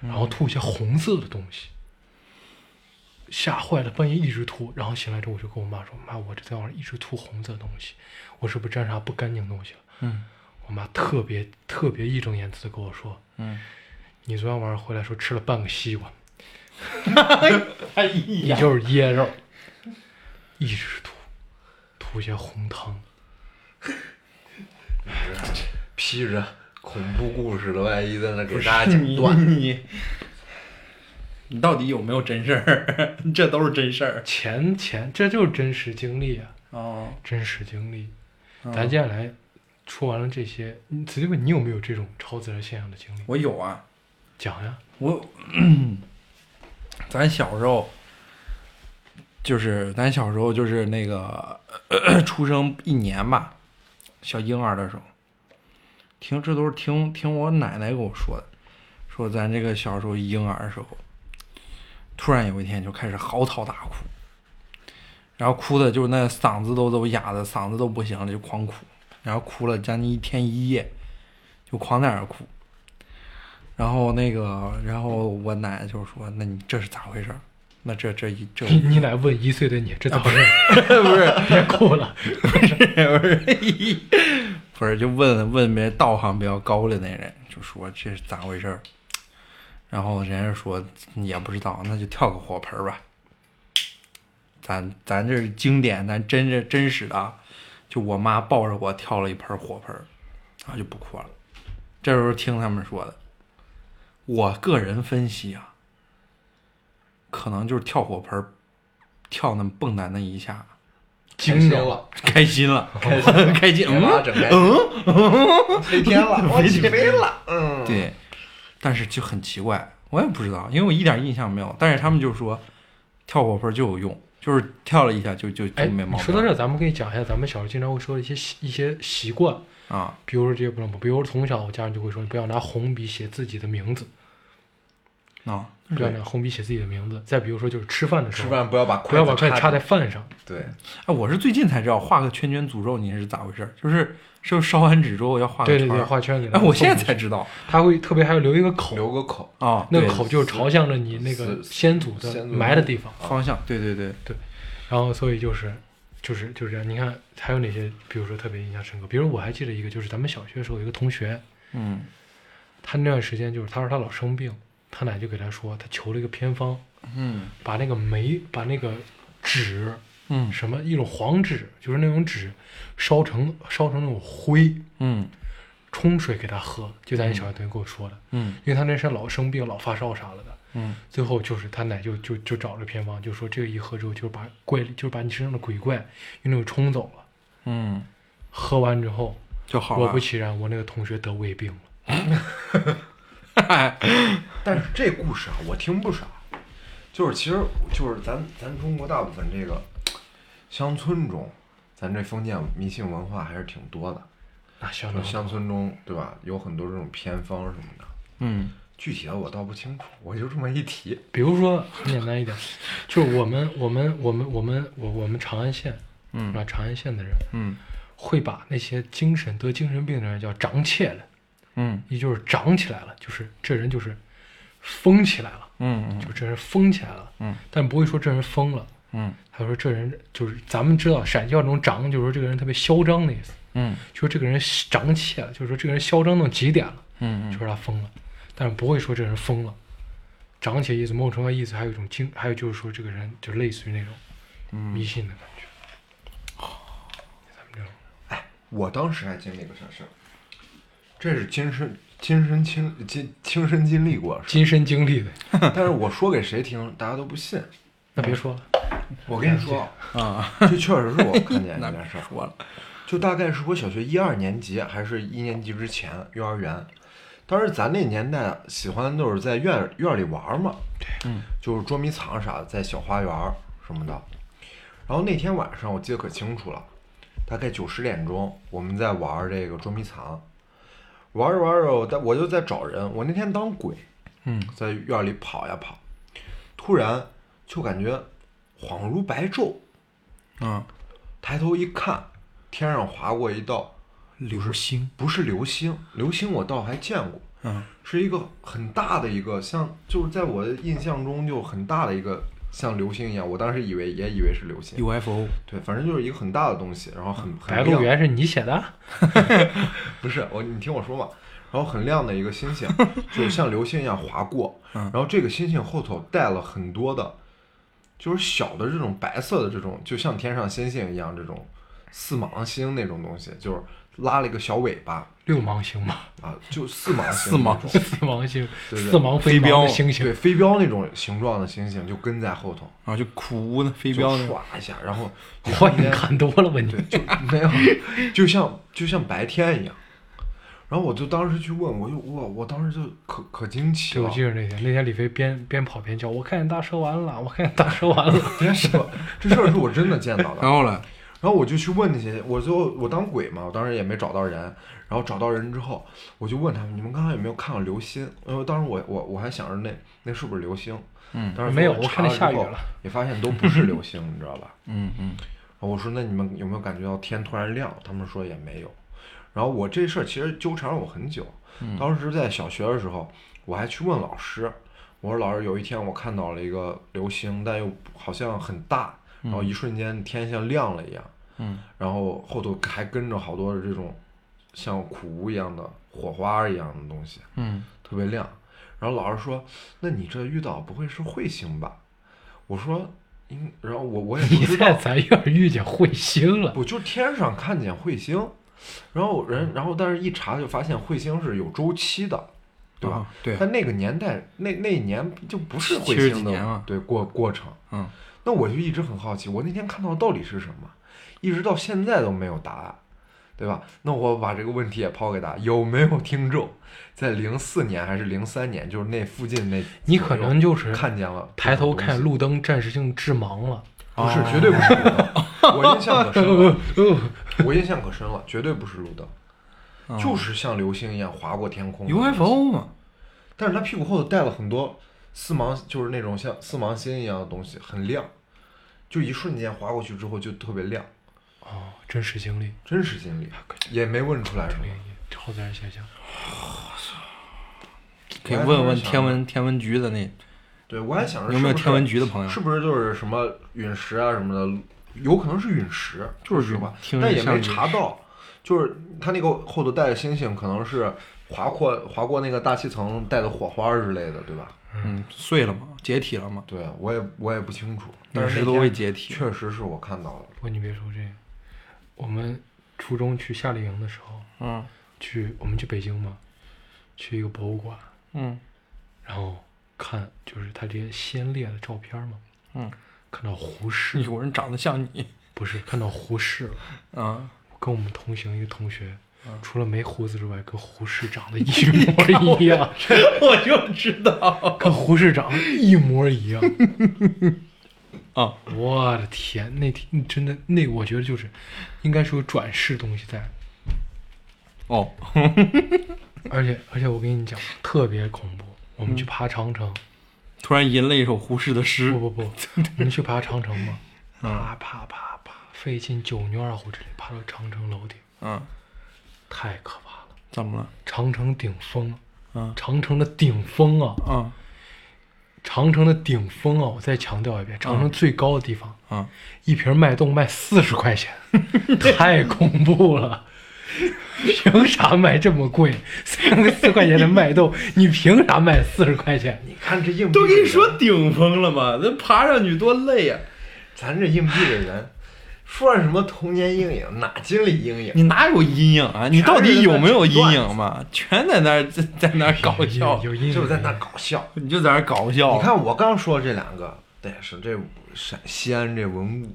[SPEAKER 2] 然后吐一些红色的东西，吓坏了，半夜一直吐。然后醒来之后，我就跟我妈说：“妈，我这天晚上一直吐红色的东西，我是不是沾啥不干净的东西了
[SPEAKER 4] 嗯？”
[SPEAKER 2] 我妈特别特别义正言辞的跟我说
[SPEAKER 4] 嗯，：“
[SPEAKER 2] 你昨天晚上回来时候吃了半个西瓜。”
[SPEAKER 4] 哎
[SPEAKER 2] 你，就是噎着，一直吐，吐些红汤。
[SPEAKER 3] 披着恐怖故事的外衣在那给
[SPEAKER 4] 不是
[SPEAKER 3] 大家讲
[SPEAKER 4] 你
[SPEAKER 3] 段子，
[SPEAKER 4] 你你到底有没有真事儿？这都是真事儿
[SPEAKER 2] 前前，这就是真实经历啊，
[SPEAKER 4] 哦。
[SPEAKER 2] 真实经历。
[SPEAKER 4] 嗯
[SPEAKER 2] 咱接下来说完了这些，你子弟们，你有没有这种超自然现象的经历？
[SPEAKER 4] 我有啊，
[SPEAKER 2] 讲呀，
[SPEAKER 4] 我咱小时候就是咱小时候就是那个出生一年吧，小婴儿的时候，听这都是听听我奶奶跟我说的，说咱这个小时候婴儿的时候，突然有一天就开始嚎啕大哭，然后哭的就是那嗓子都都哑的，嗓子都不行了，就狂哭，然后哭了将近一天一夜，就狂在那儿哭。然后那个，然后我奶奶就说：“那你这是咋回事儿？那这这一 这
[SPEAKER 2] 你你来问一岁的你，这咋回事？
[SPEAKER 4] 不是
[SPEAKER 2] 别哭了，
[SPEAKER 4] 不是，不是，就问问别人道行比较高的那人，就说这是咋回事儿。然后人家说也不知道，那就跳个火盆儿吧。咱咱这是经典，咱真是真实的啊！就我妈抱着我跳了一盆火盆儿，然后就不哭了。这时候听他们说的，我个人分析啊，可能就是跳火盆儿，跳那么蹦跶那一下，
[SPEAKER 2] 惊
[SPEAKER 3] 开
[SPEAKER 2] 着
[SPEAKER 3] 心了，
[SPEAKER 4] 开心了，
[SPEAKER 3] 开心了，
[SPEAKER 4] 开心，
[SPEAKER 3] 给妈
[SPEAKER 4] 嗯
[SPEAKER 3] 整开心
[SPEAKER 4] 嗯。
[SPEAKER 3] 飞天了，我起飞了，嗯，
[SPEAKER 4] 对，但是就很奇怪，我也不知道，因为我一点印象没有。但是他们就说跳火盆就有用，就是跳了一下就就就
[SPEAKER 2] 哎，
[SPEAKER 4] 没
[SPEAKER 2] 你
[SPEAKER 4] 毛病。
[SPEAKER 2] 说到这儿，咱们可以讲一下咱们小时候经常会说的一些习一些习惯，
[SPEAKER 4] 啊，
[SPEAKER 2] 比如说这些不能，比如说从小我家人就会说，你不要拿红笔写自己的名字，
[SPEAKER 4] 啊，
[SPEAKER 2] 不要拿红笔写自己的名字。再比如说就是吃饭的时
[SPEAKER 3] 吃
[SPEAKER 2] 候，
[SPEAKER 3] 饭不要把
[SPEAKER 2] 不要把
[SPEAKER 3] 筷
[SPEAKER 2] 筷
[SPEAKER 3] 子
[SPEAKER 2] 子插在饭上。
[SPEAKER 3] 对，
[SPEAKER 4] 哎，我是最近才知道画个圈圈诅咒你是咋回事儿，就是是不是烧完纸之后要画个
[SPEAKER 2] 对对
[SPEAKER 4] 圈
[SPEAKER 2] 对，
[SPEAKER 4] 儿？
[SPEAKER 2] 画 圈里来。
[SPEAKER 4] 哎，我现在才知道
[SPEAKER 2] 他会特别还要留一个口，
[SPEAKER 3] 留个口，
[SPEAKER 4] 啊，
[SPEAKER 2] 那个
[SPEAKER 4] 对
[SPEAKER 2] 口就是朝向着你那个
[SPEAKER 3] 是
[SPEAKER 2] 先祖的
[SPEAKER 3] 先祖
[SPEAKER 2] 埋的地方。
[SPEAKER 4] 方向，对对对，
[SPEAKER 2] 然后所以就是就是就是这样。你看还有哪些，比如说特别印象深刻，比如我还记得一个，就是咱们小学的时候有一个同学，
[SPEAKER 4] 嗯
[SPEAKER 2] 他那段时间就是他说他老生病，他奶就给他说，他求了一个偏方，
[SPEAKER 4] 嗯
[SPEAKER 2] 把那个煤把那个纸
[SPEAKER 4] 嗯
[SPEAKER 2] 什么一种黄纸，就是那种纸烧成烧成那种灰，
[SPEAKER 4] 嗯
[SPEAKER 2] 冲水给他喝，就咱那小学同学跟我说的。
[SPEAKER 4] 嗯
[SPEAKER 2] 因为他那时候老生病、老发烧啥了的，
[SPEAKER 4] 嗯，
[SPEAKER 2] 最后就是他奶就就就找了偏方，就说这个一喝之后就是把怪力，就是把你身上的鬼怪运动冲走了。
[SPEAKER 4] 嗯，
[SPEAKER 2] 喝完之后，
[SPEAKER 4] 就好
[SPEAKER 2] 果
[SPEAKER 4] 了
[SPEAKER 2] 不。其然，我那个同学得胃病了。
[SPEAKER 3] 但是这故事啊，我 听不少，就是其实就是咱咱中国大部分这个乡村中，咱这封建迷信文化还是挺多的。
[SPEAKER 2] 那相
[SPEAKER 3] 就
[SPEAKER 2] 当
[SPEAKER 3] 是乡村中，对吧？有很多这种偏方什么的，
[SPEAKER 4] 嗯
[SPEAKER 3] 具体的我倒不清楚，我就这么一提。
[SPEAKER 2] 比如说很简单一点，就是我们我们我们我们我我们长安县
[SPEAKER 4] 嗯
[SPEAKER 2] 啊，长安县的人
[SPEAKER 4] 嗯
[SPEAKER 2] 会把那些精神得精神病的人叫长切了，
[SPEAKER 4] 嗯
[SPEAKER 2] 也就是长起来了，就是这人就是疯起来了，
[SPEAKER 4] 嗯
[SPEAKER 2] 就这人疯起来了。
[SPEAKER 4] 嗯，
[SPEAKER 2] 但不会说这人疯了，
[SPEAKER 4] 嗯
[SPEAKER 2] 他说这人就是咱们知道陕西话中“长”，就是说这个人特别嚣张的意思，
[SPEAKER 4] 嗯
[SPEAKER 2] 就是这个人长气了，就是说这个人嚣张到极点了，
[SPEAKER 4] 嗯
[SPEAKER 2] 就，是他疯了，但是不会说这人疯了。长且意思，某种程度上意思还有一种精，还有就是说这个人就类似于那种迷信的感觉。咱们这种
[SPEAKER 3] 我当时还经历过啥事儿？这是亲身亲身亲亲亲身经历过的事，
[SPEAKER 2] 亲身经历的，
[SPEAKER 3] 但是我说给谁听，大家都不信。
[SPEAKER 2] 那别说了，
[SPEAKER 3] 我跟你说，
[SPEAKER 4] 啊，
[SPEAKER 3] 这确实是我看见
[SPEAKER 4] 那
[SPEAKER 3] 的一
[SPEAKER 4] 别
[SPEAKER 3] 件事儿。
[SPEAKER 4] 说了，
[SPEAKER 3] 就大概是我小学一二年级还是一年级之前，幼儿园。当时咱那年代喜欢都是在院院里玩儿嘛，对，
[SPEAKER 4] 嗯
[SPEAKER 3] 就是捉迷藏啥的，在小花园儿什么的。然后那天晚上我记得可清楚了，大概九十点钟，我们在玩儿这个捉迷藏，玩着玩着，我在我就在找人，我那天当鬼，
[SPEAKER 4] 嗯，
[SPEAKER 3] 在院里跑呀跑，突然就感觉恍如白昼，啊
[SPEAKER 4] 嗯，
[SPEAKER 3] 抬头一看，天上划过一道
[SPEAKER 4] 流星，
[SPEAKER 3] 不是流星，流星我倒还见过，
[SPEAKER 4] 嗯
[SPEAKER 3] 是一个很大的一个像，就是在我的印象中就很大的一个像流星一样，我当时以为也以为是流星，
[SPEAKER 4] ，UFO，
[SPEAKER 3] 对，反正就是一个很大的东西，然后很
[SPEAKER 2] 白
[SPEAKER 3] 很
[SPEAKER 2] 鹿
[SPEAKER 3] 亮，
[SPEAKER 2] 原是你写的，
[SPEAKER 3] 不是我你听我说嘛，然后很亮的一个星星，就是像流星一样划过，
[SPEAKER 4] 嗯
[SPEAKER 3] 然后这个星星后头带了很多的，就是小的这种白色的这种，就像天上星星一样这种四芒星那种东西，就是拉了一个小尾巴。
[SPEAKER 2] 六芒 星嘛，
[SPEAKER 3] 啊，就四芒星
[SPEAKER 4] 四
[SPEAKER 3] 那
[SPEAKER 4] 芒
[SPEAKER 3] 种
[SPEAKER 2] 四芒星，
[SPEAKER 3] 对对
[SPEAKER 2] 四芒
[SPEAKER 4] 飞
[SPEAKER 2] 芒
[SPEAKER 4] 镖
[SPEAKER 2] 的星
[SPEAKER 3] 对，
[SPEAKER 2] 星，
[SPEAKER 3] 飞镖那种形状的星星就跟在后头，
[SPEAKER 4] 啊然后就苦无那飞镖
[SPEAKER 3] 就
[SPEAKER 4] 那，
[SPEAKER 3] 唰一下，然后一
[SPEAKER 2] 嚯，
[SPEAKER 3] 瞬
[SPEAKER 2] 你
[SPEAKER 3] 间
[SPEAKER 2] 看多了吧你？
[SPEAKER 3] 对，就没有，就像就像白天一样。然后我就当时去问，我就我我当时就可可惊奇
[SPEAKER 2] 对，
[SPEAKER 3] 了
[SPEAKER 2] 我，记得那天，那天李飞边边跑边叫：“我看见大蛇丸了，我看见大蛇丸了。
[SPEAKER 3] 真是这事儿是我真的见到的。
[SPEAKER 4] 然后呢，
[SPEAKER 3] 然后我就去问那些，我就我当鬼嘛，我当时也没找到人。然后找到人之后，我就问他们，你们刚才有没有看到流星？因为当时我我我还想着那那是不是流星？
[SPEAKER 4] 嗯
[SPEAKER 3] 当时
[SPEAKER 2] 没有
[SPEAKER 3] 我
[SPEAKER 2] 我
[SPEAKER 3] 查
[SPEAKER 2] 看见
[SPEAKER 3] 之
[SPEAKER 2] 下雨
[SPEAKER 3] 后
[SPEAKER 2] 了，
[SPEAKER 3] 也发现都不是流星， 你知道吧？
[SPEAKER 4] 嗯嗯
[SPEAKER 3] 然后我说那你们有没有感觉到天突然亮？他们说也没有。然后我这事儿其实纠缠了我很久。
[SPEAKER 2] 嗯
[SPEAKER 3] 当时在小学的时候，我还去问老师，我说老师，有一天我看到了一个流星，但又好像很大，然后一瞬间天像亮了一样，
[SPEAKER 4] 嗯
[SPEAKER 3] 然后后头还跟着好多的这种像苦无一样的火花一样的东西，
[SPEAKER 4] 嗯
[SPEAKER 3] 特别亮。然后老师说：“那你这遇到不会是彗星吧？”我说：“应。”然后我我也不
[SPEAKER 2] 你
[SPEAKER 3] 知道
[SPEAKER 2] 在，咱院儿遇见彗星了，
[SPEAKER 3] 我就天上看见彗星，然后人，然后但是一查就发现彗星是有周期的，对吧？
[SPEAKER 4] 啊对
[SPEAKER 3] 但那个年代，那那一年就不是
[SPEAKER 4] 七十
[SPEAKER 3] 彗
[SPEAKER 4] 几
[SPEAKER 3] 星
[SPEAKER 4] 年
[SPEAKER 3] 的
[SPEAKER 4] 嘛
[SPEAKER 3] 对过过程。
[SPEAKER 4] 嗯
[SPEAKER 3] 那我就一直很好奇，我那天看到的到底是什么，一直到现在都没有答案，对吧？那我把这个问题也抛给大家，有没有听众在零四年还是零三年，就是那附近那左右，
[SPEAKER 2] 你可能就是
[SPEAKER 3] 看见了
[SPEAKER 2] 抬头
[SPEAKER 3] 这种东西
[SPEAKER 2] 看，路灯暂时性致盲了。
[SPEAKER 3] 不是
[SPEAKER 4] 哦，
[SPEAKER 3] 绝对不是路灯，我印象可深了，
[SPEAKER 2] 呃
[SPEAKER 3] 我印象可深了，绝对不是路灯。
[SPEAKER 4] 嗯啊
[SPEAKER 3] 就是像流星一样划过天空的东西
[SPEAKER 4] ，UFO 嘛，
[SPEAKER 3] 但是它屁股后头带了很多四芒，就是那种像四芒星一样的东西，很亮，就一瞬间划过去之后就特别亮，
[SPEAKER 2] 哦，真实经历，
[SPEAKER 3] 真实经
[SPEAKER 4] 啊
[SPEAKER 3] 历，也没问出来什
[SPEAKER 2] 这
[SPEAKER 3] 么
[SPEAKER 2] 个。超自然现象。
[SPEAKER 4] 可以
[SPEAKER 3] 我还
[SPEAKER 4] 问
[SPEAKER 3] 突然
[SPEAKER 4] 问
[SPEAKER 3] 想
[SPEAKER 4] 天
[SPEAKER 3] 到
[SPEAKER 4] 文天文局的那
[SPEAKER 3] 对我还想着
[SPEAKER 4] 有没
[SPEAKER 3] 是
[SPEAKER 4] 有
[SPEAKER 3] 不是
[SPEAKER 4] 天文局的朋友
[SPEAKER 3] 是不是就是什么陨石啊什么的，有可能是陨石，就是实话，
[SPEAKER 4] 听着
[SPEAKER 3] 但也
[SPEAKER 4] 像
[SPEAKER 3] 没
[SPEAKER 4] 陨石
[SPEAKER 3] 查到，就是它那个后头带的星星可能是划过划过那个大气层带的火花之类的，对吧？
[SPEAKER 4] 嗯，碎了嘛，解体了嘛，
[SPEAKER 3] 对我也我也不清楚，
[SPEAKER 4] 陨
[SPEAKER 3] 但是
[SPEAKER 4] 石
[SPEAKER 3] 那
[SPEAKER 4] 都会
[SPEAKER 3] 天
[SPEAKER 4] 解体。
[SPEAKER 3] 确实是我看到了。
[SPEAKER 2] 不过你别说这个，我们初中去夏令营的时候，
[SPEAKER 4] 嗯
[SPEAKER 2] 去我们去北京嘛，去一个博物馆，
[SPEAKER 4] 嗯
[SPEAKER 2] 然后看就是他这些先烈的照片嘛，
[SPEAKER 4] 嗯，
[SPEAKER 2] 看到胡适
[SPEAKER 4] 有人长得像你，
[SPEAKER 2] 不是看到胡适了，
[SPEAKER 4] 嗯，
[SPEAKER 2] 跟我们同行一个同学
[SPEAKER 4] 嗯，
[SPEAKER 2] 除了没胡子之外，跟胡适长得一模一样，
[SPEAKER 4] 我就知道
[SPEAKER 2] 跟胡适长得一模一样。
[SPEAKER 4] 啊，
[SPEAKER 2] 我的天，那天真的那我觉得就是，应该是有转世东西在，
[SPEAKER 4] 哦，
[SPEAKER 2] 而且而且我跟你讲，特别恐怖。我们去爬长城，
[SPEAKER 4] 突然吟了一首胡适的诗，
[SPEAKER 2] 不不 不，我们去爬长城嘛，
[SPEAKER 4] 嗯
[SPEAKER 2] 爬爬爬爬，飞进九牛二虎之里，爬到长城楼顶，
[SPEAKER 3] 哦
[SPEAKER 4] 嗯，
[SPEAKER 2] 太可怕了。
[SPEAKER 4] 怎么了？
[SPEAKER 2] 长城顶峰，
[SPEAKER 4] 嗯
[SPEAKER 2] 长城的顶峰啊，
[SPEAKER 4] 嗯
[SPEAKER 2] 长城的顶峰啊，我再强调一遍，长城最高的地方，
[SPEAKER 4] 嗯，
[SPEAKER 2] 一瓶脉动卖四十块 钱，太恐怖了。凭啥卖这么贵？三个四块钱的脉动，你凭啥卖四十块钱？
[SPEAKER 3] 你看这硬币，
[SPEAKER 4] 都跟你说，顶峰了嘛，那爬上去多累呀、
[SPEAKER 3] 咱这硬币的人， 说上什么童年阴影，哪经历阴影？
[SPEAKER 4] 你哪有阴影啊？你到底有没有阴影嘛？全在那儿在在那儿搞笑，
[SPEAKER 2] 有阴影，
[SPEAKER 3] 就是在那搞笑。
[SPEAKER 4] 你就在那儿搞笑。
[SPEAKER 3] 你，看我刚说这两个，对，是这陕西安这文物，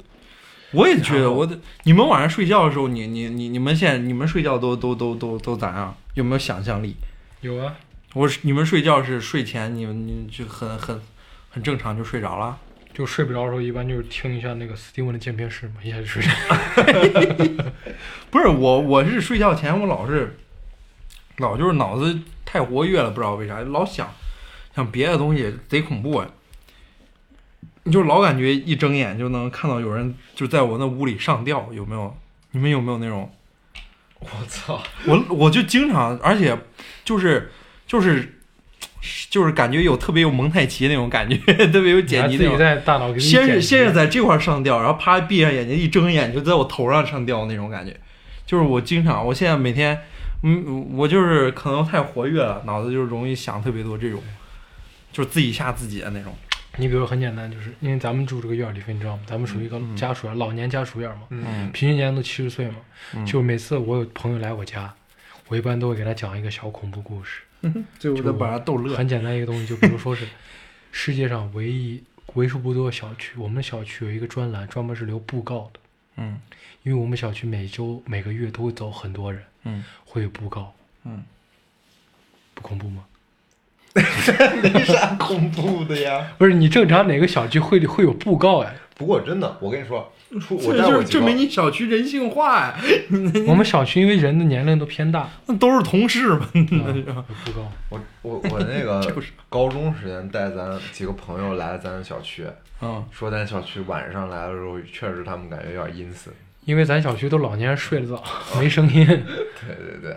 [SPEAKER 4] 我也觉得我的。你们晚上睡觉的时候，你你你你们现在你们睡觉都都都都都咋样？有没有想象力？
[SPEAKER 2] 有啊，
[SPEAKER 4] 我是你们睡觉是睡前你们你就很很很正常就睡着了。
[SPEAKER 2] 就睡不着的时候，一般就是听一下那个 Steven 的渐变式嘛，一下就睡着。
[SPEAKER 4] 不是我，我是睡觉前我老是老就是脑子太活跃了，不知道为啥老想想别的东西，贼恐怖哎！你就老感觉一睁眼就能看到有人就在我那屋里上吊，有没有？你们有没有那种？
[SPEAKER 3] 我操！
[SPEAKER 4] 我我就经常，而且就是就是就是感觉有特别有蒙太奇那种感觉， 特别有
[SPEAKER 2] 你还
[SPEAKER 4] 剪辑
[SPEAKER 2] 自
[SPEAKER 4] 那
[SPEAKER 2] 己
[SPEAKER 4] 种。
[SPEAKER 2] 在大脑给你
[SPEAKER 4] 先
[SPEAKER 2] 剪
[SPEAKER 4] 是
[SPEAKER 2] 辑
[SPEAKER 4] 先是在这块儿上吊，然后啪闭上眼睛一睁眼就在我头上上吊那种感觉，就是我经常，我现在每天，嗯，我就是可能太活跃了，脑子就容易想特别多这种，就是自己吓自己的那种。
[SPEAKER 2] 你比如很简单，就是因为咱们住这个院儿里，分你知道吗？咱们属于一个
[SPEAKER 4] 嗯
[SPEAKER 2] 家属院，老年家属院嘛，
[SPEAKER 4] 嗯
[SPEAKER 2] 平均年龄都七十岁嘛。
[SPEAKER 4] 嗯
[SPEAKER 2] 就每次我有朋友来我家，我一般都会给他讲一个小恐怖故事，
[SPEAKER 4] 最
[SPEAKER 2] 嗯
[SPEAKER 4] 后
[SPEAKER 2] 就
[SPEAKER 4] 都把他逗乐。
[SPEAKER 2] 很简单一个东西，就比如说 是世界上唯一为数不多的小区，我们的小区有一个专栏，专门是留布告的，
[SPEAKER 4] 嗯
[SPEAKER 2] 因为我们小区每周每个月都会走很多人，
[SPEAKER 4] 嗯
[SPEAKER 2] 会有布告，
[SPEAKER 4] 嗯，
[SPEAKER 2] 不恐怖吗？
[SPEAKER 3] 没啥恐怖的呀。
[SPEAKER 2] 不是你正常哪个小区会会有布告呀？
[SPEAKER 3] 不过真的，我跟你说，出我
[SPEAKER 4] 这
[SPEAKER 3] 带
[SPEAKER 4] 就
[SPEAKER 3] 我
[SPEAKER 4] 是
[SPEAKER 3] 几
[SPEAKER 4] 证明
[SPEAKER 3] 个，
[SPEAKER 4] 你小区人性化呀、
[SPEAKER 2] 我们小区因为人的年龄都偏 大，
[SPEAKER 4] 那都是同事嘛。
[SPEAKER 2] 啊有布告。
[SPEAKER 3] 我我我那
[SPEAKER 4] 就
[SPEAKER 3] 个
[SPEAKER 4] 是
[SPEAKER 3] 高中时间带咱几个朋友来咱小区，
[SPEAKER 4] 嗯，
[SPEAKER 3] 说咱小区晚上来的时候，确实他们感觉有点阴森。
[SPEAKER 2] 因为咱小区都老年人睡得 早，没声音。
[SPEAKER 3] 对对对，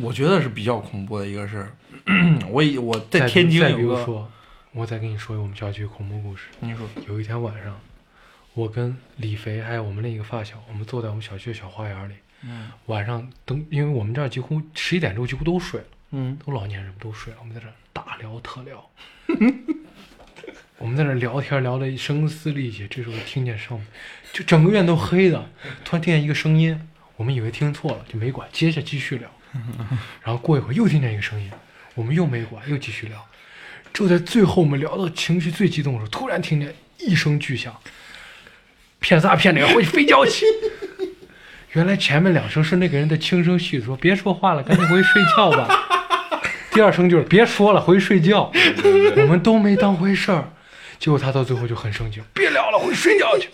[SPEAKER 4] 我觉得是比较恐怖的一个是， 我以我在
[SPEAKER 2] 再
[SPEAKER 4] 天津
[SPEAKER 2] 比再比
[SPEAKER 4] 有
[SPEAKER 2] 如
[SPEAKER 4] 个，
[SPEAKER 2] 说，我再跟你说一个我们小区恐怖故事。
[SPEAKER 4] 你说，
[SPEAKER 2] 有一天晚上，我跟李肥还有我们另一个发小，我们坐在我们小区的小花园里，
[SPEAKER 4] 嗯
[SPEAKER 2] 晚上灯，因为我们这儿几乎十一点钟几乎都睡了，
[SPEAKER 4] 嗯
[SPEAKER 2] 都老年人都睡了，我们在这儿大聊特聊。 我们在那儿聊天聊得声嘶力竭，这时候听见上面就整个院都黑的，突然听见一个声音，我们以为听错了，就没管，接着继续聊。然后过一会儿又听见一个声音，我们又没管，又继续聊。就在最后我们聊到情绪最激动的时候，突然听见一声巨响，骗仨骗俩会飞脚起。 原来前面两声是那个人的轻声细语说：“别说话了，赶紧回去睡觉吧。”第二声就是“别说了，回去睡觉”，我们都没当回事儿。结果他到最后就很生气：“别聊了，回去睡觉去。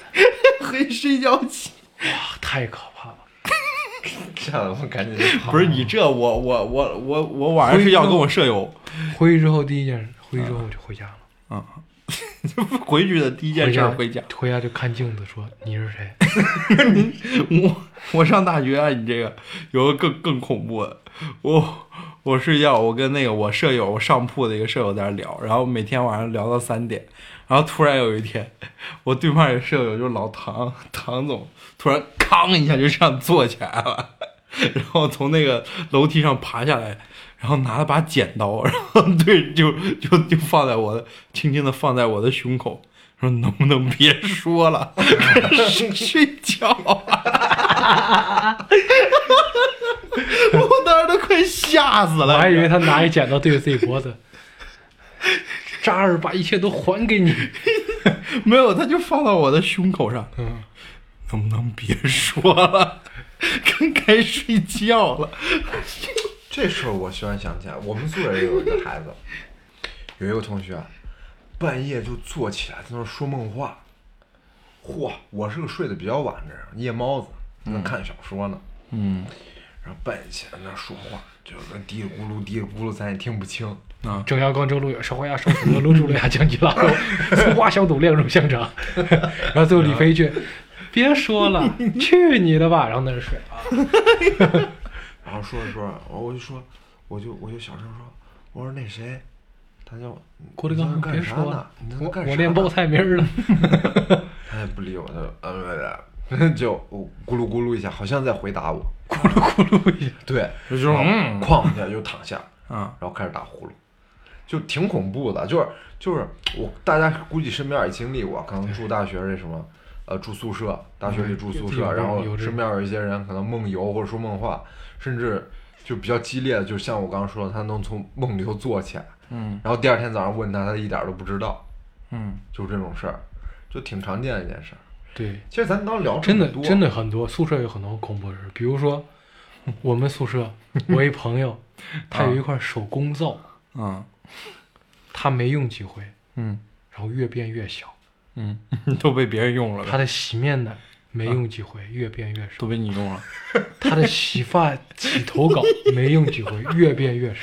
[SPEAKER 4] 黑睡觉起。”
[SPEAKER 2] 哇，太可怕了！
[SPEAKER 3] 吓得我赶紧就跑。
[SPEAKER 4] 不是你这我我我我我晚上睡觉跟我舍友，
[SPEAKER 2] 回去之后第一件事，回去之后我就回家了。
[SPEAKER 4] 啊，回去的第一件事儿回家。
[SPEAKER 2] 回家就看镜子说：“你是谁？”
[SPEAKER 4] 我我上大学啊，你这个有个更更恐怖的，我我睡觉，我跟那个我舍友，我上铺的一个舍友在那聊，然后每天晚上聊到三点，然后突然有一天，我对面有舍友就是老唐唐总，突然康一下就这样坐起来了，然后从那个楼梯上爬下来。然后拿了把剪刀，然后对，就就就放在我的，轻轻的放在我的胸口，说能不能别说了， 睡觉啊！ 我当时都快吓死
[SPEAKER 2] 我
[SPEAKER 4] 了，
[SPEAKER 2] 还以为他拿一剪刀对着自己脖子。扎尔把一切都还给你。
[SPEAKER 4] 没有，他就放到我的胸口上，
[SPEAKER 2] 嗯，
[SPEAKER 4] 能不能别说了？刚该睡觉了。
[SPEAKER 3] 这事儿我突然想起来，我们宿舍也有一个孩子，有一个同学，啊半夜就坐起来在那儿说梦话。嚯，我是个睡得比较晚的人，夜猫子，那看小说呢，
[SPEAKER 4] 嗯
[SPEAKER 3] 然后半夜起来在那儿说话，就是嘀里咕噜嘀里咕噜，咱也听不清。
[SPEAKER 4] 啊，
[SPEAKER 2] 正阳光州路远，烧花鸭烧土鹅，卤煮了鸭酱鸡拉锅，葱 花小肚晾肉香肠。 然后最后李飞一句：“别说了，去你的吧！”然后在那睡啊，
[SPEAKER 3] 然后说着说着，我就说，我就我就小声说，我说那谁，他叫
[SPEAKER 2] 郭德纲，
[SPEAKER 3] 你在那
[SPEAKER 2] 别
[SPEAKER 3] 干啥
[SPEAKER 2] 说
[SPEAKER 3] 呢
[SPEAKER 2] 了？，
[SPEAKER 3] 你在那
[SPEAKER 2] 我
[SPEAKER 3] 干啥
[SPEAKER 2] 我练报
[SPEAKER 3] 呢
[SPEAKER 2] 菜名儿了。
[SPEAKER 3] 他也不理我，他就嗯，嗯 就咕噜咕噜一下，好像在回答我，
[SPEAKER 2] 咕噜咕噜一下，嗯
[SPEAKER 3] 对，
[SPEAKER 4] 这就是嗯
[SPEAKER 3] 哐一下就躺下，
[SPEAKER 4] 啊，
[SPEAKER 3] 然后开始打呼噜，就挺恐怖的。就是就是我大家估计身边也经历过，可能住大学这什么，呃，住宿舍，大学里住宿
[SPEAKER 2] 有
[SPEAKER 3] 舍，
[SPEAKER 2] 有
[SPEAKER 3] 然后
[SPEAKER 2] 有这
[SPEAKER 3] 身边有一些人可能梦游或者说梦话，甚至就比较激烈的，就像我刚刚说的，他能从梦里头坐起来，
[SPEAKER 4] 嗯
[SPEAKER 3] 然后第二天早上问他，他一点儿都不知道，
[SPEAKER 4] 嗯，
[SPEAKER 3] 就这种事儿，就挺常见的一件事儿。
[SPEAKER 2] 对，
[SPEAKER 3] 其实咱刚聊这
[SPEAKER 2] 真
[SPEAKER 3] 么
[SPEAKER 2] 的
[SPEAKER 3] 多
[SPEAKER 2] 真的很多，宿舍有很多恐怖的事儿，比如说我们宿舍，我一朋友，他有一块手工皂，
[SPEAKER 4] 啊，
[SPEAKER 2] 他没用几回，
[SPEAKER 4] 嗯
[SPEAKER 2] 然后越变越小，
[SPEAKER 4] 嗯，都被别人用了呗，
[SPEAKER 2] 他的洗面奶没用几回，越变越少，
[SPEAKER 4] 都被你用了。
[SPEAKER 2] 他的洗发洗头膏没用几回，越变越少，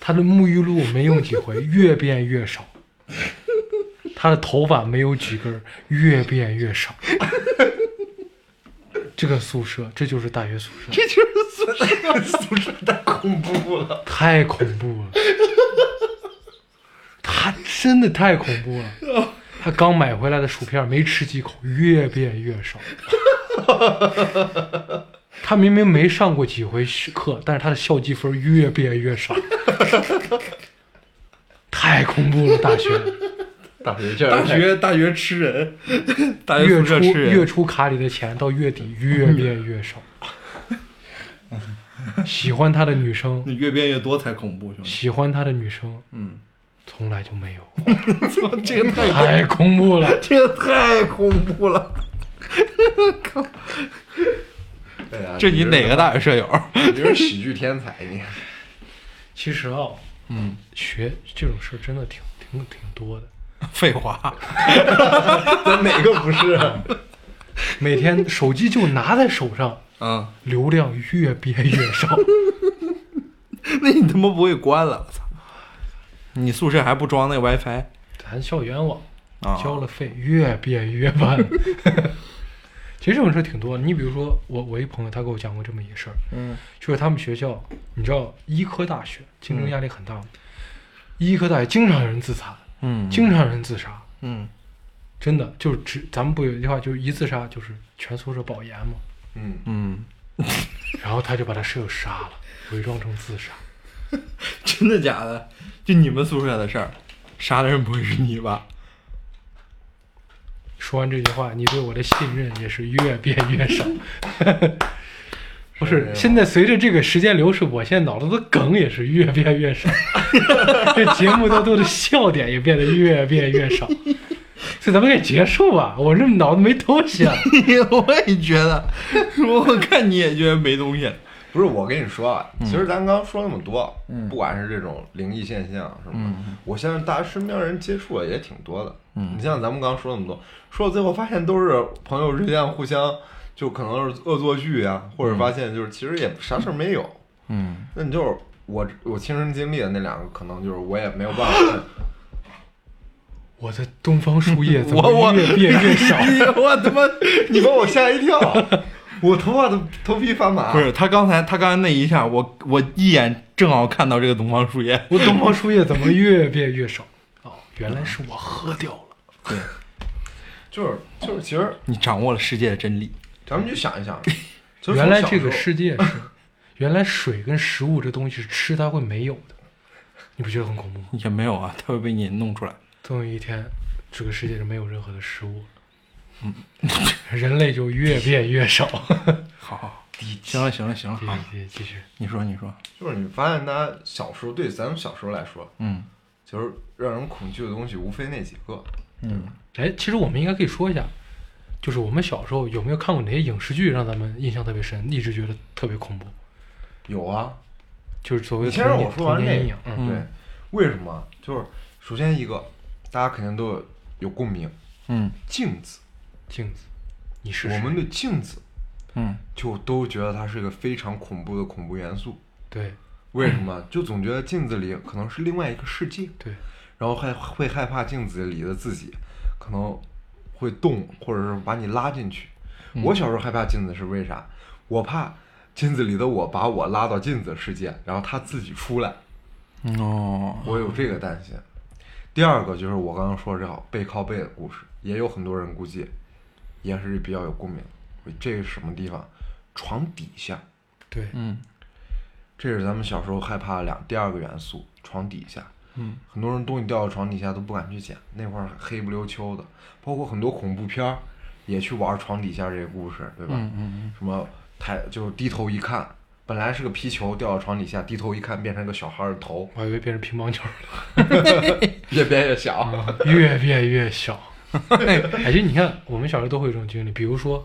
[SPEAKER 2] 他的沐浴露没用几回，越变越少。他的头发没有几根儿，越变越少。这个宿舍，这就是大学宿舍。
[SPEAKER 4] 这就是宿舍，
[SPEAKER 3] 宿舍太恐怖了。
[SPEAKER 2] 太恐怖了， 他真的太恐怖了。他刚买回来的薯片没吃几口，越变越少。 他明明没上过几回课，但是他的校积分越变越少， 太恐怖了！大学
[SPEAKER 3] 大学确实
[SPEAKER 4] 大
[SPEAKER 3] 太
[SPEAKER 4] 学大学吃人，大学
[SPEAKER 2] 月
[SPEAKER 4] 宿
[SPEAKER 2] 初
[SPEAKER 4] 舍吃人，
[SPEAKER 2] 月初卡里的钱到月底越变越少，喜欢他的女生，
[SPEAKER 4] 你越变越多才恐怖，兄弟。
[SPEAKER 2] 喜欢他的女生
[SPEAKER 4] 嗯，
[SPEAKER 2] 从来就没有。
[SPEAKER 4] 操， 这个 太！
[SPEAKER 2] 太恐怖了
[SPEAKER 4] 这个太恐怖 了。
[SPEAKER 3] 对啊
[SPEAKER 4] 这你哪个大学舍友？
[SPEAKER 3] 你是喜剧天才，你
[SPEAKER 2] 其实啊，
[SPEAKER 4] 嗯，
[SPEAKER 2] 学这种事儿真的挺挺挺多的。
[SPEAKER 4] 废 话，
[SPEAKER 3] 咱哪个不是？啊
[SPEAKER 2] 每天手机就拿在手上，
[SPEAKER 4] 嗯，
[SPEAKER 2] 流量越变越 少。
[SPEAKER 4] 那你他妈不会关了？我操！你宿舍还不装那个 WiFi
[SPEAKER 2] 咱校园网
[SPEAKER 4] 啊？
[SPEAKER 2] 交了费，越变越慢。 其实这种事儿挺多的。你比如说，我我一朋友他给我讲过这么一个事儿，
[SPEAKER 4] 嗯
[SPEAKER 2] 就是他们学校，你知道医科大学竞争压力很大，医科大学经常有人自残，
[SPEAKER 4] 嗯
[SPEAKER 2] 经常有人自杀。
[SPEAKER 4] 嗯
[SPEAKER 2] 真的就是只，咱们不有一句话，就是一自杀就是全宿舍保研嘛。
[SPEAKER 3] 嗯，
[SPEAKER 4] 嗯，
[SPEAKER 2] 然后他就把他室友杀了，伪装成自杀。
[SPEAKER 4] 真的假的？就你们宿舍的事儿，杀的人不会是你吧？
[SPEAKER 2] 说完这句话，你对我的信任也是越变越少。 不
[SPEAKER 3] 这
[SPEAKER 2] 是，
[SPEAKER 3] 样
[SPEAKER 2] 现在随着这个时间流逝，我现在脑子的梗也是越变越少， 这节目当中的笑点也变得越变越少。所以咱们给结束吧，我这脑子没东西了。 啊
[SPEAKER 4] 我也觉得， 我看你也觉得没东西。
[SPEAKER 3] 不是我跟你说啊，
[SPEAKER 4] 嗯
[SPEAKER 3] 其实咱刚说那么多，不管是这种灵异现象什么的，
[SPEAKER 4] 嗯
[SPEAKER 3] 我相信大家身边人接触的也挺多的。你像咱们刚说那么多，说到最后发现都是朋友之间互相就可能是恶作剧啊，或者发现就是其实也啥事儿没有。
[SPEAKER 4] 嗯，
[SPEAKER 3] 那你就是我我亲身经历的那两个，可能就是我也没有办 法。
[SPEAKER 2] 我的东方树叶怎
[SPEAKER 4] 我我
[SPEAKER 2] 么越变越少？
[SPEAKER 4] 我他妈
[SPEAKER 3] 你把我吓一跳，我头发都头皮发麻。
[SPEAKER 4] 不是他刚才他刚才那一下，我我一眼正好看到这个东方树叶，
[SPEAKER 2] 我东方树叶怎么越变越少？哦，原来是我喝掉了。
[SPEAKER 3] 就是就是，其实
[SPEAKER 4] 你掌握了世界的真理。
[SPEAKER 3] 咱们就想一 想，其实
[SPEAKER 2] 原来
[SPEAKER 3] 从
[SPEAKER 2] 这
[SPEAKER 3] 小
[SPEAKER 2] 个
[SPEAKER 3] 时候
[SPEAKER 2] 世界是，原来水跟食物这东西是吃它会没有的，你不觉得很恐怖吗？
[SPEAKER 4] 也没有啊，他会被你弄出来。
[SPEAKER 2] 总有一天，这个世界上没有
[SPEAKER 3] 嗯
[SPEAKER 2] 任何的食物了，人类就越变越少。
[SPEAKER 4] 好好好，嗯
[SPEAKER 2] 低级
[SPEAKER 4] 行了，行了，行了，
[SPEAKER 2] 继
[SPEAKER 4] 好
[SPEAKER 3] 嗯
[SPEAKER 2] 续，继续继续，
[SPEAKER 4] 你说，你说，
[SPEAKER 3] 就是你发现大家小时候，对咱们小时候来说，
[SPEAKER 4] 嗯
[SPEAKER 3] 就是让人恐惧的东西无非那几个。
[SPEAKER 4] 嗯，
[SPEAKER 2] 哎，其实我们应该可以说一下，就是我们小时候有没有看过哪些影视剧让咱们印象特别深，一直觉得特别恐怖，
[SPEAKER 3] 有啊，
[SPEAKER 2] 就是所谓的
[SPEAKER 3] 你先让
[SPEAKER 2] 童年
[SPEAKER 3] 我说完
[SPEAKER 2] 童年
[SPEAKER 3] 这个
[SPEAKER 2] 阴影。嗯，
[SPEAKER 4] 嗯
[SPEAKER 3] 对，为什么？就是首先一个，大家肯定都有有共鸣，
[SPEAKER 4] 嗯
[SPEAKER 3] 镜子。
[SPEAKER 2] 镜子，你试试。
[SPEAKER 3] 我们对镜子
[SPEAKER 4] 嗯
[SPEAKER 3] 就都觉得它是一个非常恐怖的恐怖元素。
[SPEAKER 2] 对
[SPEAKER 3] 为什么？就总觉得镜子里可能是另外一个世界，
[SPEAKER 2] 对
[SPEAKER 3] 然后还会害怕镜子里的自己可能会动，或者是把你拉进去。我小时候害怕镜子是为啥？我怕镜子里的我把我拉到镜子世界，然后他自己出来，
[SPEAKER 4] 嗯哦，
[SPEAKER 3] 我有这个担心。第二个就是我刚刚说这好背靠背的故事，也有很多人估计也是比较有共鸣。这是什么地方？床底下，
[SPEAKER 2] 对，
[SPEAKER 4] 嗯
[SPEAKER 3] 这是咱们小时候害怕的两第二个元素，床底下。
[SPEAKER 4] 嗯，
[SPEAKER 3] 很多人东西掉到床底下都不敢去捡，那块儿黑不溜秋的，包括很多恐怖片儿也去玩床底下这个故事，对吧？
[SPEAKER 4] 嗯嗯
[SPEAKER 3] 什么抬就是低头一看，本来是个皮球掉到床底下，低头一看变成个小孩儿的 头，
[SPEAKER 2] 我还以为变成乒乓球
[SPEAKER 3] 越变越小。
[SPEAKER 2] 了， 越变越 小。哎，其实你看，我们小时候都会有这种经历，比如说，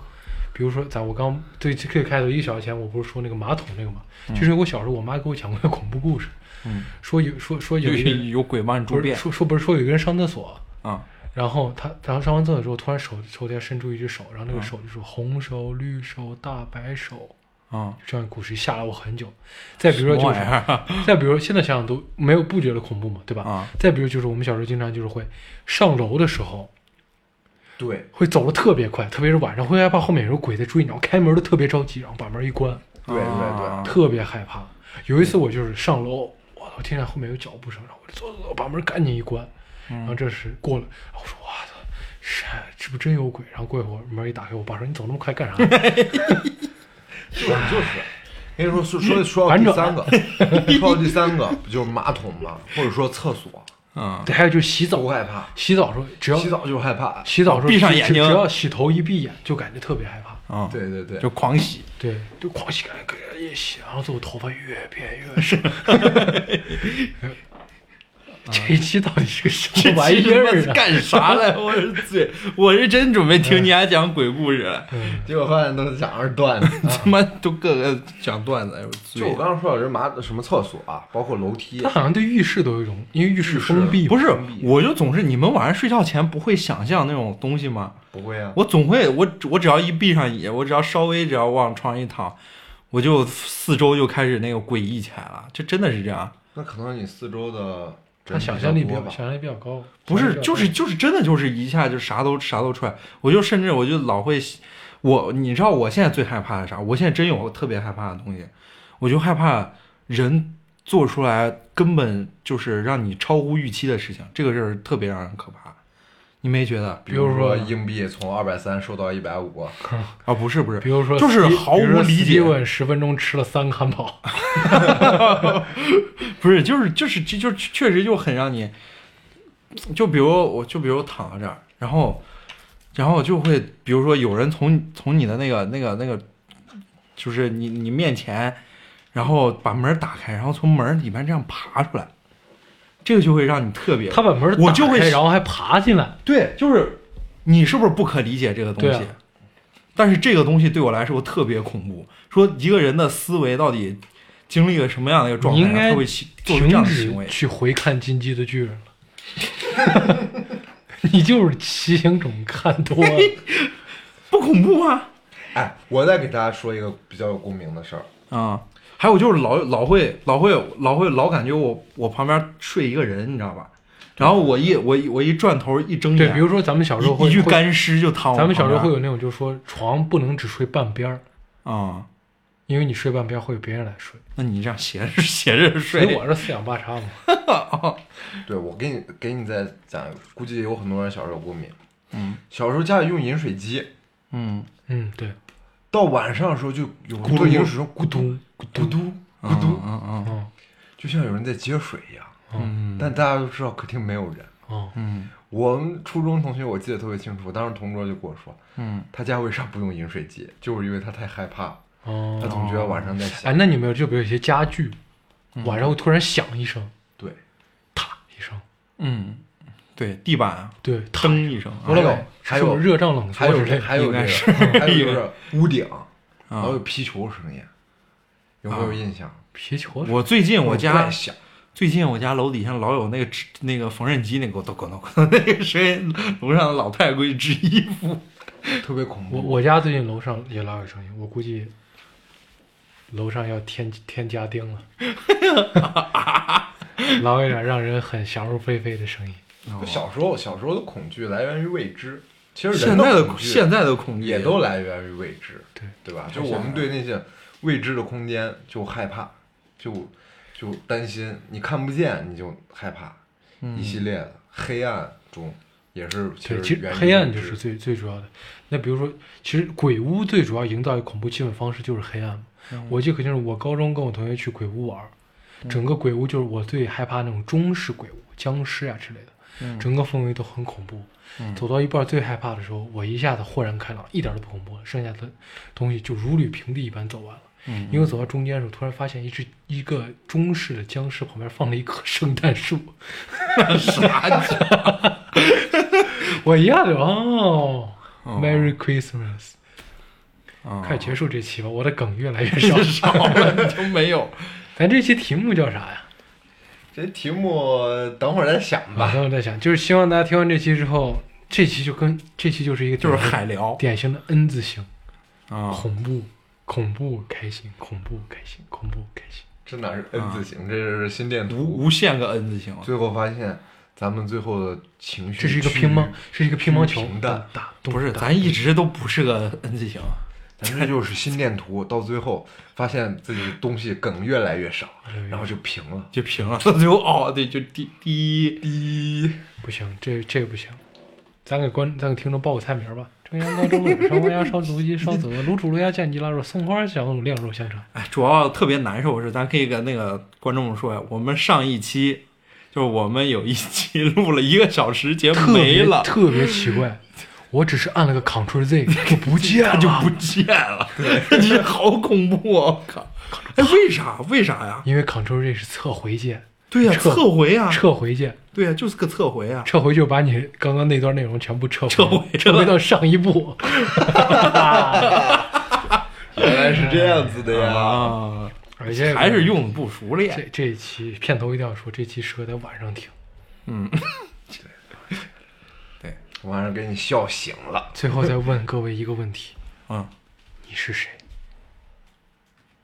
[SPEAKER 2] 比如说，在我刚最最开头一个小时前，我不是说那个马桶那个嘛，就是因为我小时候我妈给我讲过一个恐怖故事，
[SPEAKER 4] 嗯，
[SPEAKER 2] 说有说说有
[SPEAKER 4] 有
[SPEAKER 2] 一个人
[SPEAKER 4] 有鬼帮你
[SPEAKER 2] 不
[SPEAKER 4] 助
[SPEAKER 2] 是
[SPEAKER 4] 变
[SPEAKER 2] 说说不是说有一个人上厕所，
[SPEAKER 4] 啊，
[SPEAKER 2] 然后他，然后上完厕所之后，突然手手底下伸出一只手，然后那个
[SPEAKER 4] 嗯
[SPEAKER 2] 手就是红手、绿手、大白手，
[SPEAKER 4] 啊，
[SPEAKER 2] 这样的故事吓了我很久。再比如说
[SPEAKER 4] 什么
[SPEAKER 2] 就
[SPEAKER 4] 玩意
[SPEAKER 2] 是，
[SPEAKER 4] 儿
[SPEAKER 2] 再比如说现在想想都没有不觉得恐怖嘛，对吧？
[SPEAKER 4] 啊，
[SPEAKER 2] 再比如就是我们小时候经常就是会上楼的时候
[SPEAKER 3] 对，
[SPEAKER 2] 会走的特别快，特别是晚上会害怕后面有鬼在追你，然后开门都特别着急，然后把门一关，
[SPEAKER 3] 对对对
[SPEAKER 4] 啊
[SPEAKER 2] 特别害怕。有一次我就是上楼，我我听见后面有脚步声，然后我就走走走，把门赶紧一关，
[SPEAKER 4] 嗯
[SPEAKER 2] 然后这时过了，然后我说哇操，是是不是真有鬼？然后过一会儿门一打开，我爸说你走那么快干啥？
[SPEAKER 3] 就是就是。跟你说说说说到
[SPEAKER 2] 反
[SPEAKER 3] 第
[SPEAKER 2] 转
[SPEAKER 3] 三个，说到第三个不就是马桶吗？或者说厕所，
[SPEAKER 4] 嗯，
[SPEAKER 2] 对，还有就是洗
[SPEAKER 3] 都
[SPEAKER 2] 澡，
[SPEAKER 3] 害怕，
[SPEAKER 2] 洗澡的时候只要
[SPEAKER 3] 洗澡就是害怕。
[SPEAKER 2] 洗澡的时候
[SPEAKER 4] 闭上
[SPEAKER 2] 只
[SPEAKER 4] 眼睛
[SPEAKER 2] 只要洗头一闭眼就感觉特别害怕，
[SPEAKER 4] 啊，
[SPEAKER 3] 对对对，
[SPEAKER 4] 就狂喜，
[SPEAKER 2] 对，就狂洗干净一洗，然后最后头发越变越 深。这一期到底是个什么玩意 儿啊？
[SPEAKER 4] 干啥来？我是醉，我是真准备听你俩讲鬼故事了，
[SPEAKER 2] 嗯
[SPEAKER 3] 结果发现都是讲的是段子。
[SPEAKER 4] 他妈都各个讲段子，哎呦
[SPEAKER 3] 嗯
[SPEAKER 4] 醉
[SPEAKER 3] 就我刚刚说到这马什么厕所啊，包括楼梯
[SPEAKER 2] 他，好像对浴室都有一种，因为浴室
[SPEAKER 3] 浴室
[SPEAKER 2] 封闭嘛，
[SPEAKER 4] 不是
[SPEAKER 3] 封闭，
[SPEAKER 4] 我就总是你们晚上睡觉前不会想象那种东西吗？
[SPEAKER 3] 不会啊，
[SPEAKER 4] 我总会，我我只要一闭上眼，我只要稍微只要往床上一躺，我就四周就开始那个诡异起来了。这真的是这样？
[SPEAKER 3] 那可能你四周的
[SPEAKER 2] 他
[SPEAKER 3] 人
[SPEAKER 2] 想象力比
[SPEAKER 3] 比
[SPEAKER 2] 较
[SPEAKER 3] 较多吧
[SPEAKER 2] 想象力比较高，
[SPEAKER 4] 不
[SPEAKER 2] 想象力
[SPEAKER 4] 是，
[SPEAKER 2] 比较
[SPEAKER 4] 就是就是真的就是一下就啥都啥都出来。我就甚至我就老会，我你知道我现在最害怕的啥？我现在真有特别害怕的东西，我就害怕人做出来根本就是让你超乎预期的事情，这个事儿特别让人可怕。你没觉得
[SPEAKER 3] 比如
[SPEAKER 2] 说
[SPEAKER 3] 说硬币从二百三瘦到一百五，
[SPEAKER 4] 啊？不是不是
[SPEAKER 2] 比，如说
[SPEAKER 4] 就是
[SPEAKER 2] Steve-
[SPEAKER 4] 毫无
[SPEAKER 2] 比如说
[SPEAKER 4] 理解
[SPEAKER 2] Steven 十分钟吃了三个汉堡，
[SPEAKER 4] 不是，就是就是就就确实就很让你，就比如我就比如我躺到这儿，然后然后就会比如说有人从从你的那个那个那个，就是你你面前，然后把门打开，然后从门里面这样爬出来，这个就会让你特别
[SPEAKER 2] 他把门
[SPEAKER 4] 我
[SPEAKER 2] 打
[SPEAKER 4] 就会
[SPEAKER 2] 开然后还爬进来，
[SPEAKER 4] 对，就是你是不是不可理解这个东
[SPEAKER 2] 对
[SPEAKER 4] 西？
[SPEAKER 2] 啊
[SPEAKER 4] 但是这个东西对我来说特别恐怖，说一个人的思维到底经历了什么样的一个状
[SPEAKER 2] 你
[SPEAKER 4] 态，
[SPEAKER 2] 应该
[SPEAKER 4] 然后他会起做出
[SPEAKER 2] 停
[SPEAKER 4] 这样的行
[SPEAKER 2] 止
[SPEAKER 4] 为。
[SPEAKER 2] 去回看《进击的巨人》了。 你就是骑行种看多 了，
[SPEAKER 4] 不恐怖啊！
[SPEAKER 3] 哎，我再给大家说一个比较有共鸣的事儿，
[SPEAKER 4] 啊、还有就是老老会老会老会老感觉我我旁边睡一个人，你知道吧？然后我一我一我一转头一睁眼，
[SPEAKER 2] 对，比如说咱们小时候
[SPEAKER 4] 一
[SPEAKER 2] 会
[SPEAKER 4] 一具
[SPEAKER 2] 会，
[SPEAKER 4] 干尸就躺我
[SPEAKER 2] 咱们小时候会
[SPEAKER 4] 旁
[SPEAKER 2] 有那种，就是说床不能只睡半边儿，
[SPEAKER 4] 边啊、
[SPEAKER 2] 因为你睡半边儿会有别人来睡。
[SPEAKER 4] 那你这样斜着斜着
[SPEAKER 2] 所以
[SPEAKER 4] 睡，
[SPEAKER 2] 我是四仰八叉嘛，
[SPEAKER 3] 对我给你给你再讲一个，估计有很多人小时候有共鸣。
[SPEAKER 4] 嗯
[SPEAKER 3] 小时候家里用饮水机，
[SPEAKER 4] 嗯
[SPEAKER 2] 嗯，对，
[SPEAKER 3] 到晚上的时候就有
[SPEAKER 2] 咕
[SPEAKER 3] 一
[SPEAKER 2] 嘟
[SPEAKER 3] 个饮水声咕嘟
[SPEAKER 2] 咕咚咕
[SPEAKER 3] 咕
[SPEAKER 2] 咚，
[SPEAKER 3] 嘟咕
[SPEAKER 4] 嗯
[SPEAKER 3] 嘟，
[SPEAKER 4] 嗯嗯
[SPEAKER 2] 嗯
[SPEAKER 3] 就像有人在接水一样。
[SPEAKER 4] 嗯
[SPEAKER 3] 但大家都知道客厅没有人。
[SPEAKER 2] 嗯，
[SPEAKER 4] 嗯
[SPEAKER 3] 我们初中同学我记得特别清楚，当时同桌就跟我说，
[SPEAKER 4] 嗯
[SPEAKER 3] 他家为啥不用饮水机，就是因为他太害怕
[SPEAKER 2] 哦
[SPEAKER 3] 他总觉得晚上在想
[SPEAKER 2] 哎，，那你有没有就比如有些家具，
[SPEAKER 4] 嗯
[SPEAKER 2] 晚上会突然响一声，
[SPEAKER 3] 对，
[SPEAKER 2] 啪一声，
[SPEAKER 4] 嗯，对，地板
[SPEAKER 2] 对，啪
[SPEAKER 4] 腾一声，
[SPEAKER 3] 还有还
[SPEAKER 2] 是不
[SPEAKER 3] 有
[SPEAKER 2] 是热胀冷
[SPEAKER 3] 还
[SPEAKER 2] 缩
[SPEAKER 3] 有
[SPEAKER 2] 之类
[SPEAKER 3] 这
[SPEAKER 2] 的？
[SPEAKER 3] 还有
[SPEAKER 4] 应
[SPEAKER 3] 这
[SPEAKER 4] 该
[SPEAKER 3] 个
[SPEAKER 4] 是
[SPEAKER 3] 还有就是屋顶，然
[SPEAKER 4] 啊
[SPEAKER 3] 后有皮球声音，有没有印象？
[SPEAKER 2] 皮球啊是吧，
[SPEAKER 4] 我最近我
[SPEAKER 3] 怪
[SPEAKER 4] 家
[SPEAKER 3] 响，
[SPEAKER 4] 最近我家楼底下老有那个织那个缝纫机那个咚咚咚咚，那个谁楼上的老太太过去织衣服，
[SPEAKER 3] 特别恐怖。
[SPEAKER 2] 我我家最近楼上也老有声音，我估计楼上要添添家丁了，老有点让人很想入非非的声音。
[SPEAKER 3] 小时候小时候的恐惧来源于未知，其实
[SPEAKER 4] 现
[SPEAKER 3] 人
[SPEAKER 4] 在的
[SPEAKER 3] 恐惧
[SPEAKER 4] 现在的恐惧
[SPEAKER 3] 也都来源于未知，
[SPEAKER 2] 对
[SPEAKER 3] 对吧？就我们对那些未知的空间就害怕，就就担心，你看不见你就害怕，
[SPEAKER 4] 嗯
[SPEAKER 3] 一系列的黑暗中也是其
[SPEAKER 2] 对，
[SPEAKER 3] 实
[SPEAKER 2] 其实
[SPEAKER 3] 源于
[SPEAKER 2] 黑暗
[SPEAKER 3] 未
[SPEAKER 2] 就
[SPEAKER 3] 知
[SPEAKER 2] 是最最主要的。那比如说，其实鬼屋最主要营造恐怖气氛方式就是黑暗嘛。
[SPEAKER 4] 嗯
[SPEAKER 2] 我记得很清楚，我高中跟我同学去鬼屋玩儿，整个鬼屋就是我最害怕那种中式鬼屋，僵尸呀、之类的，
[SPEAKER 4] 嗯
[SPEAKER 2] 整个氛围都很恐怖。走到一半儿最害怕的时候，我一下子豁然开朗，一点儿都不恐怖了，剩下的东西就如履平地一般走完了。
[SPEAKER 4] 嗯
[SPEAKER 2] 因为我走到中间的时候，突然发现一只一个中式的僵尸旁边放了一棵 圣诞树，
[SPEAKER 4] 啥
[SPEAKER 2] 我一下就哦
[SPEAKER 4] 哦
[SPEAKER 2] ，Merry Christmas，、快
[SPEAKER 4] 嗯
[SPEAKER 2] 结束这期吧，我的梗越来越少。
[SPEAKER 4] 少了就没有。
[SPEAKER 2] 咱这期题目叫啥呀？
[SPEAKER 3] 这题目等会儿再想吧。
[SPEAKER 2] 晚上我在想，就是希望大家听完这期之后，这期就跟这期就是一个
[SPEAKER 4] 就是
[SPEAKER 2] 典型
[SPEAKER 4] 海聊
[SPEAKER 2] 典型的 N 字形，
[SPEAKER 4] 啊，
[SPEAKER 2] 恐怖恐怖开心，恐怖开心，恐怖开心。
[SPEAKER 3] 这哪是 N 字
[SPEAKER 2] 啊
[SPEAKER 3] 形，这是心电图。
[SPEAKER 4] 无无限个 N 字形，
[SPEAKER 3] 最后发现，咱们最后的情绪
[SPEAKER 2] 这是一个
[SPEAKER 3] 趋
[SPEAKER 2] 乒乓
[SPEAKER 3] 于，
[SPEAKER 2] 是一个乒乓球，嗯
[SPEAKER 3] 平
[SPEAKER 2] 打
[SPEAKER 3] 淡
[SPEAKER 2] 打
[SPEAKER 4] 不是，咱一直都不是个 N 字形。啊
[SPEAKER 3] 咱这就是心电 图。到最后发现自己的东西梗越来越少，然后就平了。
[SPEAKER 4] 就平了， 到最后哦，对，就第第一
[SPEAKER 3] 滴，
[SPEAKER 2] 不行，这这个不行。咱给观咱给听众报个菜名吧：蒸羊羔、 蒸鹅、烧花鸭、烧雏鸡、烧子鹅、卤煮、卤鸭、酱鸡、腊肉、松花小卤、晾肉香肠。
[SPEAKER 4] 哎，主要特别难受是，咱可以跟那个观众们说呀，我们上一期就是我们有一期录了一个小时，节目
[SPEAKER 2] 特
[SPEAKER 4] 没
[SPEAKER 2] 别
[SPEAKER 4] 了，
[SPEAKER 2] 特别奇怪。 我只是按了个 Ctrl Z 就不见
[SPEAKER 4] 它
[SPEAKER 2] 了，
[SPEAKER 4] 就不见了， 这好恐怖哦！我靠，哎，为啥？为啥呀？
[SPEAKER 2] 因为 Ctrl Z 是撤回键，
[SPEAKER 4] 对呀、
[SPEAKER 2] 撤
[SPEAKER 4] 撤回啊，
[SPEAKER 2] 撤回键，
[SPEAKER 4] 对呀、就是个撤回啊。
[SPEAKER 2] 撤回就把你刚刚那段内容全部撤回，撤
[SPEAKER 4] 撤回了
[SPEAKER 2] 回到上一 步。
[SPEAKER 3] 原来是这样子的呀！
[SPEAKER 4] 啊，
[SPEAKER 2] 而且
[SPEAKER 4] 还是用的不熟
[SPEAKER 2] 这
[SPEAKER 4] 练，
[SPEAKER 2] 这一期片头一定要说，这期适合在晚上听。
[SPEAKER 3] 晚上给你笑醒了，
[SPEAKER 2] 最后再问各位一个问题：
[SPEAKER 4] 嗯，
[SPEAKER 2] 你是谁？